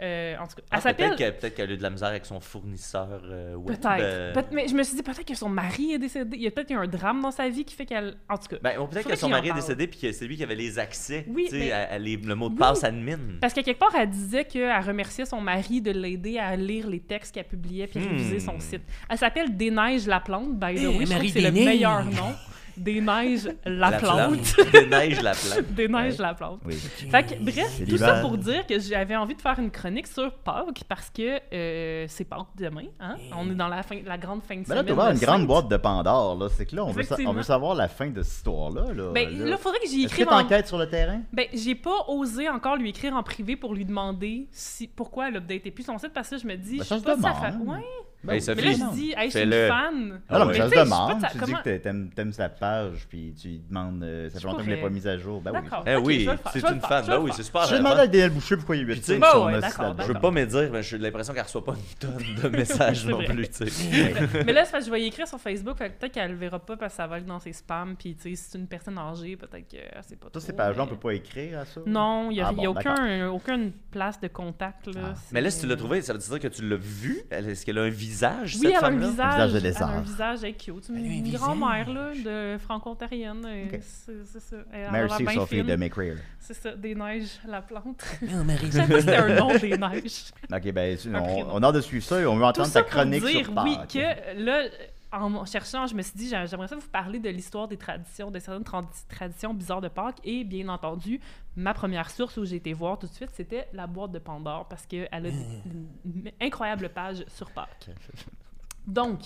Euh, en tout cas, elle Ah, s'appelle peut-être qu'elle peut-être qu'elle a eu de la misère avec son fournisseur euh, web. Peut-être. Ben, euh, Peut- mais je me suis dit, peut-être que son mari est décédé. Il y a peut-être eu un drame dans sa vie qui fait qu'elle. En tout cas. Ben, ou peut-être Faudrait que son qu'il en mari est parle. décédé puis que c'est lui qui avait les accès. Oui, tu sais, mais- à- à les- le mot de Oui. passe admin. Parce qu'à quelque part, elle disait qu'elle remerciait son mari de l'aider à lire les textes qu'elle publiait puis Hmm. réviser son site. Elle s'appelle Déneige la plante, by the Eh, way. Je trouve Marie que c'est le Déneige. meilleur nom. Déneige la, plante. Déneige la plante. Déneige la plante. Oui. Fait que, bref, C'est tout ça l'hiver. pour dire que j'avais envie de faire une chronique sur Pâques parce que euh, c'est Pâques demain. Hein? On est dans la, fin, la grande fin de Eh. Ben là, semaine. t'as ouvert de une Sainte. grande boîte de Pandore, là. C'est que là, on veut, sa- Effectivement. on veut savoir la fin de cette histoire-là. Là, Ben, là. là, faudrait que j'y Est-ce que écrive en t'enquêtes sur le terrain Ben, j'ai pas osé encore lui écrire en privé pour lui demander si, pourquoi elle updatait plus son site parce que je me dis, Ben, je ça suis se pas de sa demande. fa- Ouais. Ben, oui, Mais Sophie, là, non. je dis, hey, je suis une Fais-le. fan. Non, non, Ouais. mais ça se Mais tu sais, je sais pas demande. ça- Tu comment- dis que t'a- t'aimes t'aimes sa page, puis tu lui demandes. euh, ça fait longtemps qu'elle n'est pourrais. pas mise à jour. Ben oui. D'accord. Eh Ok, je oui, vais le faire, c'est je vais une le faire, fan. je vais Ben le oui, faire. c'est super. J'ai relevant. demandé à Daniel Boucher pourquoi il y a eu Puis, 8 tu sais, sur bah son ouais, hostie d'accord, d'album. Je veux pas me dire, mais j'ai l'impression qu'elle reçoit pas une tonne de messages C'est non vrai. plus, tu sais. Mais là, c'est parce que je vais y écrire sur Facebook, fait que peut-être qu'elle le verra pas parce que ça va être dans ses spams. Puis, tu sais, si c'est une personne âgée, peut-être que euh, c'est pas Ça, ces trop, pages-là, on mais- peut pas écrire à ça Non, il n'y a, Ah bon, il y a d'accord. aucun, aucune place de contact. Là. Ah. C'est- Mais là, si tu l'as trouvé, ça veut dire que tu l'as vu? Elle- Est-ce qu'elle a un visage, Oui, cette elle a un femme-là? visage. Visage de elle a un lézard. visage elle est cute. Une, Elle a un une visage. grand-mère là, de franco-ontarienne. euh, Ok. C'est c'est ça. Elle a l'air Merci, bien Sophie fine. de McRae. C'est ça, des neiges, la plante. Non, Marie. Je savais pas si c'était un nom des neiges. Ok, ben, tu- Un on, prénom. on a hâte de suivre ça et on veut Tout entendre ça ta pour chronique dire, sur oui, Pâques. que là, en me cherchant, je me suis dit, j'a- j'aimerais ça vous parler de l'histoire des traditions, de certaines tran- traditions bizarres de Pâques. Et bien entendu, ma première source où j'ai été voir tout de suite, c'était la boîte de Pandore, parce qu'elle a des- une incroyable page sur Pâques. Donc,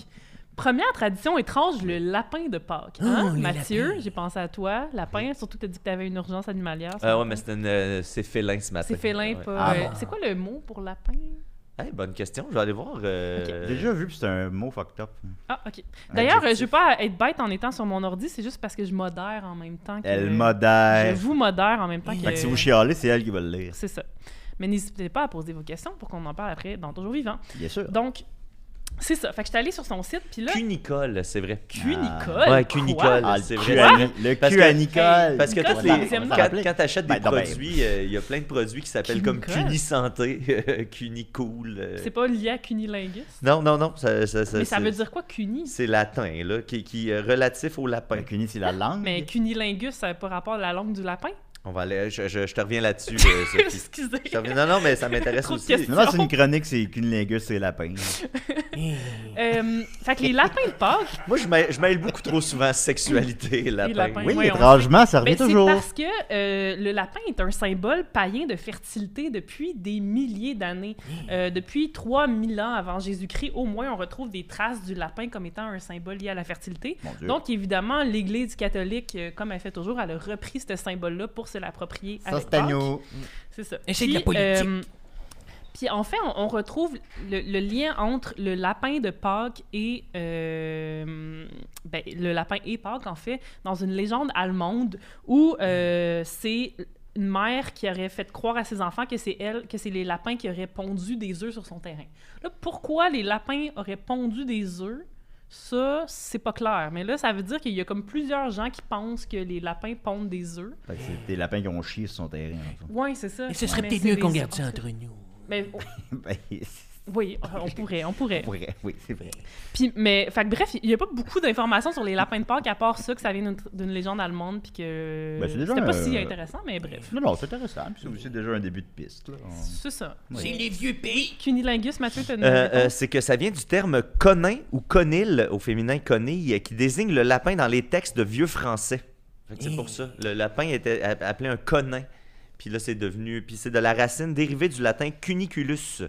première tradition étrange, le lapin de Pâques. Hein, Oh, le Mathieu, lapin. j'ai pensé à toi, lapin, surtout que tu as dit que tu avais une urgence animalière. Ah ouais, mais c'est une, euh, c'est félin ce matin. C'est félin, Ouais. pas. Ah, euh, bon. C'est quoi le mot pour lapin? Eh, bonne question, je vais aller voir. euh, Déjà vu, puis c'est un mot fucked up. Ah, OK. D'ailleurs, euh, je vais pas être bête en étant sur mon ordi, c'est juste parce que je modère en même temps que. Elle Je modère. vous modère en même temps que. Fait que si vous chialez, c'est elle qui va le lire. C'est ça. Mais n'hésitez pas à poser vos questions pour qu'on en parle après dans Toujours Vivant. Bien sûr. Donc, c'est ça. Fait que je suis allée sur son site, puis là. Cunicole, c'est vrai. Cunicole. Ouais, quoi? cunicole. Ah, c'est le vrai, cul c'est à, vrai. Ni- le Parce cul que- à Nicole. Parce que Nicole, tous c'est les, le deuxième nom. quand, quand t'achètes des Ben, non, ben, produits, euh, il y a plein de produits qui s'appellent comme Cunicole. Cunisanté, euh, Cunicool. euh. C'est pas lié à cunilingus. Non, non, non. Ça, ça, ça- mais ça c'est- veut dire quoi, cuni? C'est latin, là, qui, qui est relatif au lapin. Le cunis, c'est la langue. Mais cunilingus, ça n'a pas rapport à la langue du lapin? On va aller. Je, je- je te reviens là-dessus, euh, Sophie. Excusez. Je te reviens- Non, non, mais ça m'intéresse Trop de aussi. questions. Non, non, c'est une chronique, c'est qu'une lingus, c'est lapin. Euh, fait que les lapins de Pâques, Moi, je mêle, je mêle beaucoup trop souvent sexualité et lapin. lapin. Oui, oui, on étrangement, ça Ben, revient c'est toujours. parce que euh, le lapin est un symbole païen de fertilité depuis des milliers d'années. Euh, depuis 3000 ans avant Jésus-Christ, au moins, on retrouve des traces du lapin comme étant un symbole lié à la fertilité. Mon Dieu. Donc, évidemment, l'Église catholique, euh, comme elle fait toujours, elle a repris ce symbole-là pour se l'approprier ça, avec c'est à Pâques. nous. C'est ça. Et c'est de la Puis, politique. euh, puis en fait, on, on retrouve le, le lien entre le lapin de Pâques et euh, ben, le lapin et Pâques en fait dans une légende allemande où euh, c'est une mère qui aurait fait croire à ses enfants que c'est elle que c'est les lapins qui auraient pondu des œufs sur son terrain. Là, pourquoi les lapins auraient pondu des œufs Ça, c'est pas clair. Mais là, ça veut dire qu'il y a comme plusieurs gens qui pensent que les lapins pondent des œufs. Fait que c'est des lapins qui ont chié sur son terrain. en Ouais, c'est ça. Mais ce serait Ah, Mais peut-être c'est mieux des- qu'on garde ça entre nous. Mais- oh, fait. Ben, c'est oui, on pourrait, on pourrait. vrai, oui, c'est vrai. Puis, mais, fait que bref, il n'y a pas beaucoup d'informations sur les lapins de Pâques, à part ça, que ça vient d'une- d'une légende allemande, puis que Ben, c'est déjà c'était pas un- si intéressant, mais bref. Non, non, c'est intéressant. puis C'est aussi déjà un début de piste. Là. On- C'est ça. Oui. C'est les vieux pays. Cunilingus, Mathieu, t'as une Euh, réponse? euh, c'est que ça vient du terme conin ou conil au féminin conille qui désigne le lapin dans les textes de vieux français. Fait que C'est Eh. pour ça. Le lapin était a- appelé un conin. Puis là, c'est devenu. Puis c'est de la racine dérivée du latin cuniculus.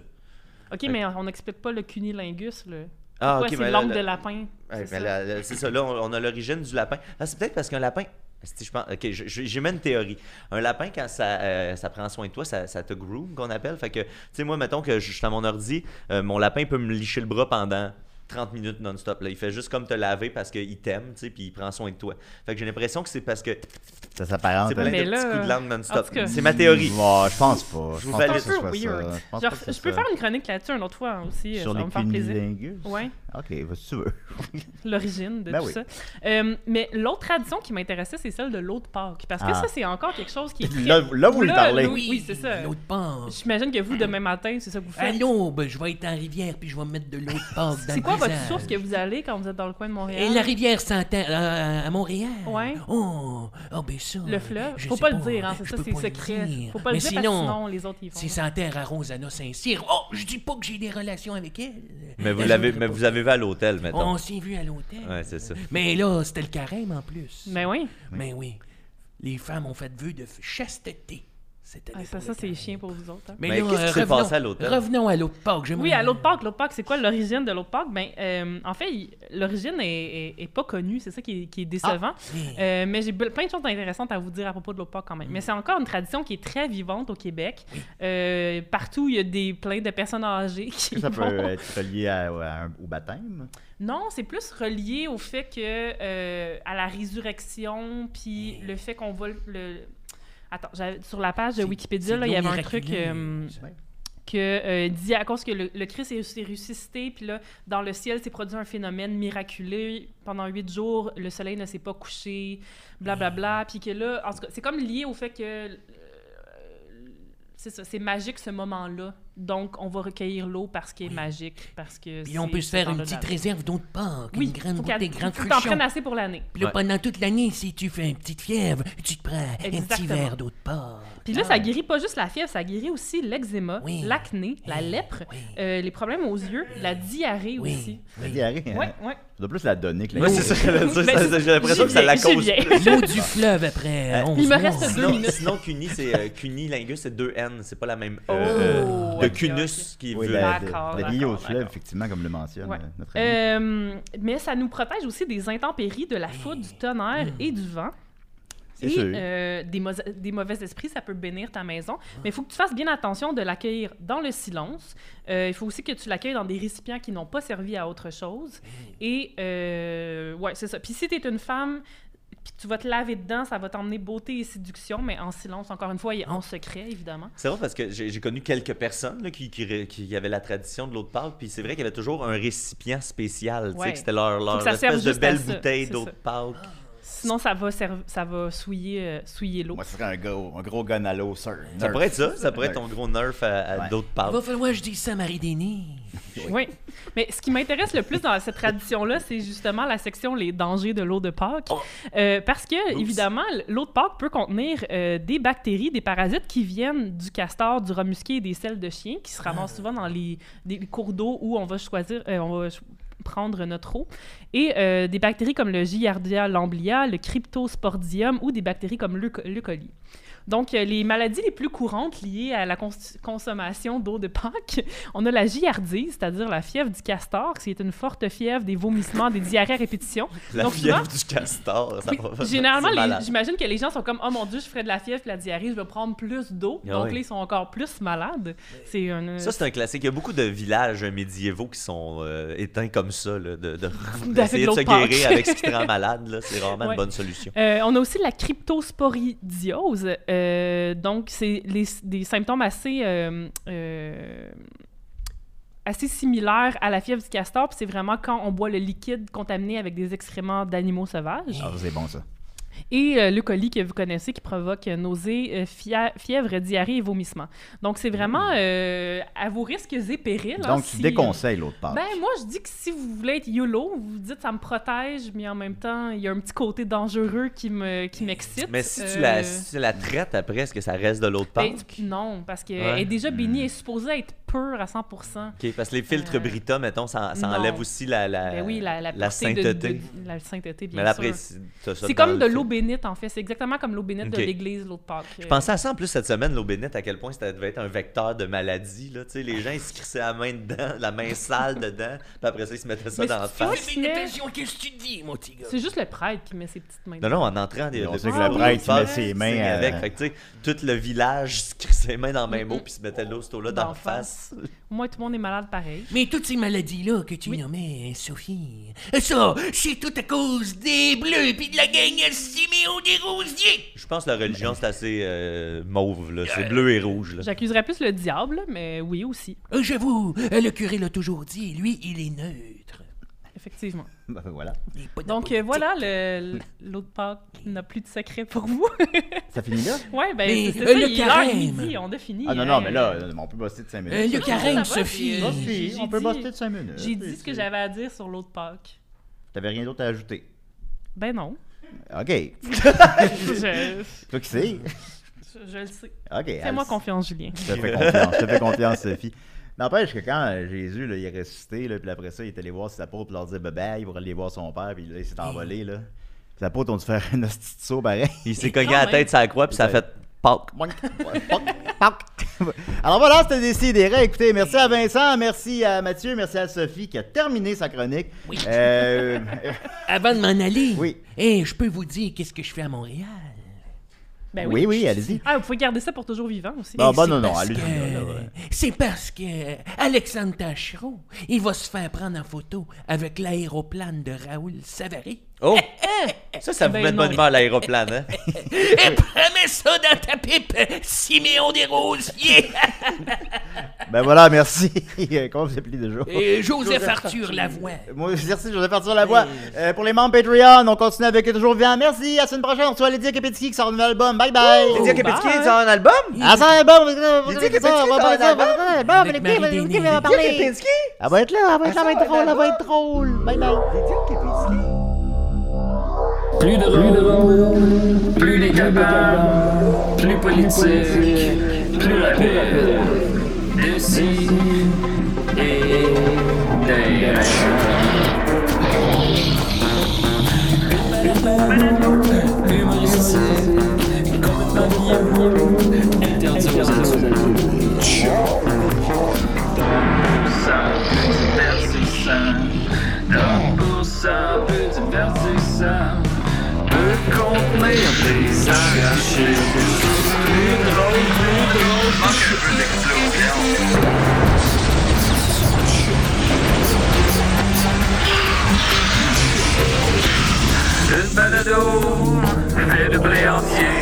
OK, mais on n'explique pas le cunilingus, là. Ah, Pourquoi ok, ben, c'est mais l'angle la- de la- lapin. Ouais, c'est mais ça. la- la- c'est ça. Là, on, on a l'origine du lapin. Ah, c'est peut-être parce qu'un lapin. Asti, Je pense, ok, je- je- j'ai même une théorie. Un lapin, quand ça, euh, ça prend soin de toi, ça, ça te groom, qu'on appelle. Fait que, tu sais, moi, mettons que je suis à mon ordi, euh, mon lapin peut me licher le bras pendant 30 minutes non-stop. là. Il fait juste comme te laver parce qu'il t'aime, tu sais, puis il prend soin de toi. Fait que j'ai l'impression que c'est parce que Ça s'apparente. c'est plein à- de Mais là, petits coups de langue en non-stop. tout cas- C'est ma théorie. Ouais, je pense pas. Je pense vous pas valide. que ce soit ça. C'est un peu weird. Je pense Genre, pas que ce je soit- peux faire une chronique là-dessus un autre fois hein, aussi, sur ça va les me faire plaisir. cunilingus. Ouais. Ok, vas-y, si tu veux. l'origine de Ben tout oui. ça. Euh, mais l'autre tradition qui m'intéressait, c'est celle de l'eau de Pâques. Parce que Ah. ça, c'est encore quelque chose qui est. très- Là- là, vous le parlez. Oui, oui, c'est ça. L'autre part. J'imagine que vous, demain matin, c'est ça que vous À faites. l'aube, ben, je vais être en rivière puis je vais me mettre de l'eau de porc dans C'est le quoi votre visage. source que vous allez quand vous êtes dans le coin de Montréal? Et la rivière s'entend à Montréal. Ouais. Oh, oh, ben ça. Le fleuve? je Faut sais pas, le dire, hein, c'est je ça, peux c'est pas le secret. dire. Faut pas le Mais dire parce que sinon, sinon les autres y vont. C'est sans terre à Rosanna Saint-Cyr. Oh, je dis pas que j'ai des relations avec elle. Mais vous Elle l'avez, voudrait mais pas. vous avez vu à l'hôtel, mettons. On s'est vu à l'hôtel. Ouais, c'est ça. Mais là, c'était le carême en plus. Mais oui, Mais oui, les femmes ont fait vœu de f- chasteté cette Ah, année. ça, pour ça le c'est carême. chien pour vous autres. hein. Mais, euh, Mais là, qu'est-ce qui euh, s'est revenons- passé à l'hôtel? Revenons à l'autre Pâques. Oui, à l'autre Pâques, l'autre Pâques, c'est quoi l'origine de l'autre Pâques? Ben, euh, en fait, il- l'origine est, est- est pas connue, c'est ça qui est, qui est Ah, décevant. eh, Euh, mais j'ai be- plein de choses intéressantes à vous dire à propos de l'autre Pâques Mm. quand même. Mais c'est encore une tradition qui est très vivante au Québec. Euh, partout, il y a des, plein de personnes âgées qui Ça peut vont- être relié à- à un- au baptême. Non, c'est plus relié au fait que euh, à la résurrection, puis le fait qu'on va le. le- Attends, j'avais- sur la page de C'est- Wikipédia, là, il y avait un truc euh, que euh, dit à cause que le, le Christ est, s'est ressuscité, puis là, dans le ciel s'est produit un phénomène miraculeux. Pendant huit jours, le soleil ne s'est pas couché, blablabla. puis que là, en tout cas, c'est comme lié au fait que. euh, c'est ça, c'est magique ce moment-là. Donc, on va recueillir l'eau parce qu'il est magique. Parce que Puis on c'est peut se ce faire une temps-là de petite l'année. réserve d'eau de Pâques. Oui, une grande faut boîte qu'elle- des grandes faut que t'en cruchons. prennes assez pour l'année. Puis là, Ouais. pendant toute l'année, si tu fais une petite fièvre, tu te prends un petit Exactement. verre d'eau de Pâques. Puis là, ça guérit pas juste la fièvre, ça guérit aussi l'eczéma, euh, Oui. l'acné, la Oui. lèpre, Eh Oui. euh, les problèmes aux yeux, la diarrhée Oui. aussi. La diarrhée, hein? Ouais, ouais. Ça doit plus la donner que la Moi, c'est Euh, ça que j'allais dire, Ben, ça- ça- J'ai l'impression j'y que ça la viens, j'y cause. viens. L'eau du fleuve après Euh, 11 il me mois. reste deux Sinon, minutes. sinon Cuny, c'est euh, Cunilingus, c'est deux N, c'est pas la même E. Oh, euh, de ok, Cunus qui Oui, veut. la, D'accord, la- la liée au d'accord, fleuve, d'accord. effectivement, comme le mentionne Ouais. euh, notre ami. Euh, mais ça nous protège aussi des intempéries, de la foudre, du tonnerre et du vent. Hmm. C'est Et sûr. euh, des, mo- des mauvais esprits, ça peut bénir ta maison. Ah. Mais il faut que tu fasses bien attention de l'accueillir dans le silence. Euh, il faut aussi que tu l'accueilles dans des récipients qui n'ont pas servi à autre chose. Hmm. Et euh, ouais, c'est ça. Puis si tu es une femme, puis tu vas te laver dedans, ça va t'emmener beauté et séduction, mais en silence, encore une fois, et Ah. en secret, évidemment. C'est vrai parce que j'ai j'ai connu quelques personnes là, qui, qui, ré- qui avaient la tradition de l'eau de Pâques, puis c'est vrai qu'il y avait toujours un récipient spécial, tu Ouais. sais, que c'était leur, que leur ça serve espèce de juste à belle ça, bouteille c'est d'eau ça. de Pâques. Ah. Sinon, ça va, serv- ça va souiller, euh, souiller l'eau. Moi, ce serait un gros, un gros gun à l'eau, sir. Ça Nerf. pourrait être ça, ça pourrait être Ouais. ton gros nerf à, à Ouais. d'eau de Il va Pâques. falloir que je dise ça à Marie-Dénis. Oui. Mais ce qui m'intéresse le plus dans cette tradition-là, c'est justement la section Les dangers de l'eau de Pâques. Euh, parce que, évidemment, l'eau de Pâques peut contenir euh, des bactéries, des parasites qui viennent du castor, du rat musqué et des selles de chien, qui se ramassent souvent dans les, des cours d'eau où on va choisir. euh, on va cho- prendre notre eau. Et euh, des bactéries comme le Giardia lamblia, le Cryptosporidium ou des bactéries comme le, le coli. Donc, euh, les maladies les plus courantes liées à la cons- consommation d'eau de Pâques, on a la giardise, c'est-à-dire la fièvre du castor, qui est une forte fièvre, des vomissements, des diarrhées à répétition. La Donc, fièvre du castor, ça Oui, va pas- généralement, c'est les- malade. j'imagine que les gens sont comme Oh mon Dieu, je ferais de la fièvre et de la diarrhée, je vais prendre plus d'eau. Ah Donc oui. là, ils sont encore plus malades. C'est un. Ça, c'est un classique. Il y a beaucoup de villages euh, médiévaux qui sont euh, éteints comme ça, là, de, de, d'essayer de l'eau se de Pâques. guérir avec ce qui te rend malade. là. C'est vraiment Ouais. une bonne solution. Euh, on a aussi la cryptosporidiose. Euh, donc, c'est les- des symptômes assez, euh, euh, assez similaires à la fièvre du castor. Puis c'est vraiment quand on boit le liquide contaminé avec des excréments d'animaux sauvages. Ah, c'est bon, ça. Et euh, le colis que vous connaissez qui provoque euh, nausées, euh, fia- fièvre, diarrhée et vomissements. Donc, c'est vraiment Mmh. euh, à vos risques et périls. hein, Donc, tu si- déconseilles l'autre part. ben, moi, je dis que si vous voulez être YOLO, vous vous dites ça me protège, mais en même temps, il y a un petit côté dangereux qui me qui m'excite. Mais si tu, Euh, la, si tu la traites après, est-ce que ça reste de l'autre part? ben, non, parce qu'elle Ouais. Mmh. est déjà bénie, elle est supposée être pure à 100%. OK, parce que les filtres Euh, Brita, mettons, ça, ça non. enlève aussi la, la, ben oui, la, la, Euh, la portée de- sainteté. de- de- la sainteté, bien Mais là, sûr. après, c'est t'as ça C'est dans comme de le l'eau film. bénite, en fait. C'est exactement comme l'eau bénite Ok. de l'Église, l'eau de Pâques. Je pensais à ça en plus cette semaine, l'eau bénite, à quel point ça devait être un vecteur de maladie. Là. Tu sais, Les gens, ils se crissaient la main dedans, la main sale dedans, puis après ça, ils se mettaient ça Mais dans la c'est face. fou, Mais mais- attention, qu'est-ce que tu dis, mon petit gars? Ah, C'est juste le prêtre qui met ses petites mains. Non, non, en entrant, Et des, on des- sait que Ah le oui, prêtre, c'est il met vrai. ses Signe mains euh, avec. Fait que, tu sais, tout le village se crissait les mains dans le même mot puis se mettait l'eau, cette eau-là D'en dans la face. Au moins, tout le monde est malade pareil. Mais toutes ces maladies-là que tu nommais, Sophie, ça, c'est tout à cause des bleus puis de la gang à Siméon des Rosiers! Je pense que la religion, c'est assez euh, mauve, là. C'est bleu et rouge, là. J'accuserais plus le diable, mais oui aussi, Euh, J'avoue, euh, le curé l'a toujours dit, lui, il est neutre. effectivement. ben, voilà. Il est pas dans Donc la euh, voilà, le- l'eau de Pâques n'a plus de secret pour vous. Ça finit là? Ouais, ben Mais, c'est c'est euh, ça, le il est l'heure de carême. midi, on a fini. Ah non, hein. non, mais là, euh, on peut bosser de 5 minutes. Euh, le Ça carême, va, Sophie. puis, euh, Sophie, j'ai- on j'ai peut dit- bosser de 5 minutes. J'ai dit ce que j'avais à dire sur l'eau de Pâques. T'avais rien d'autre à ajouter. Ben non, OK. je, Toi qui sais. je- je le sais. OK. Fais-moi Alice. confiance, Julien. Je te fais confiance. Je te fais confiance, Sophie. N'empêche que quand euh, Jésus, là, il est ressuscité, là, puis après ça, il est allé voir ses apôtres pour leur dire bye-bye pour aller voir son père, puis là, il s'est envolé, là. Ses apôtres ont dû faire une hostie de saut pareil. Il s'est Quand cogné à la même. tête sur la croix puis ça a fait Pâques. Boink, boink, boink. Alors voilà, c'était décidé. Écoutez, merci à Vincent, merci à Mathieu, merci à Sophie qui a terminé sa chronique. Oui. Euh, Avant de m'en aller, Oui. eh, je peux vous dire qu'est-ce que je fais à Montréal. Ben oui, oui, allez-y. Ah, vous pouvez garder ça pour toujours vivant aussi. Bon, Et bon, c'est non, non, parce allez-y, que- là, ouais. Euh, C'est parce que euh, Alexandre Tachereau, il va se faire prendre en photo avec l'aéroplane de Raoul Savary. Oh! Ça, ça vous Ben met de bonne non. humeur, l'aéroplane, hein? Et promets ça dans ta pipe, Siméon des Rosiers! Ben voilà, merci. Comment vous appelez déjà? Et Joseph Arthur Lavoie. Moi, merci, je vais partir la voix. Euh, pour les membres Patreon, on continue avec toujours vivant. Merci, à la semaine prochaine, on reçoit Lydia Kepetsky qui sort un nouvel album. Bye bye. Lydia Kepetsky, Bye. ça un album? Ah, ça, bon, on va- on va- Lydia Kepetsky, on va- on va- sort un album? on va- Avec on va- on va- on va- on va- on va- Marie on va- Denis. on va parler. Elle va être là, elle va être là, elle va être drôle, elle va être drôle. Bye bye. Plus de rôle, plus les capables, plus politique, plus rapide. D'ici et d'ailleurs. Humoristique, compagnon, interdit aux adultes. divertissant. Donc pour ça, peu divertissant. Peut contenir des arrachés. Plus drôle, plus drôle. Manque un peu d'explosion. Une balado fait de blé entier.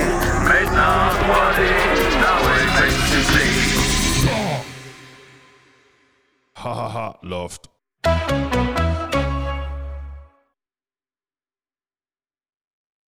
Maintenant 3D dans le festival. Ha ha ha, loft.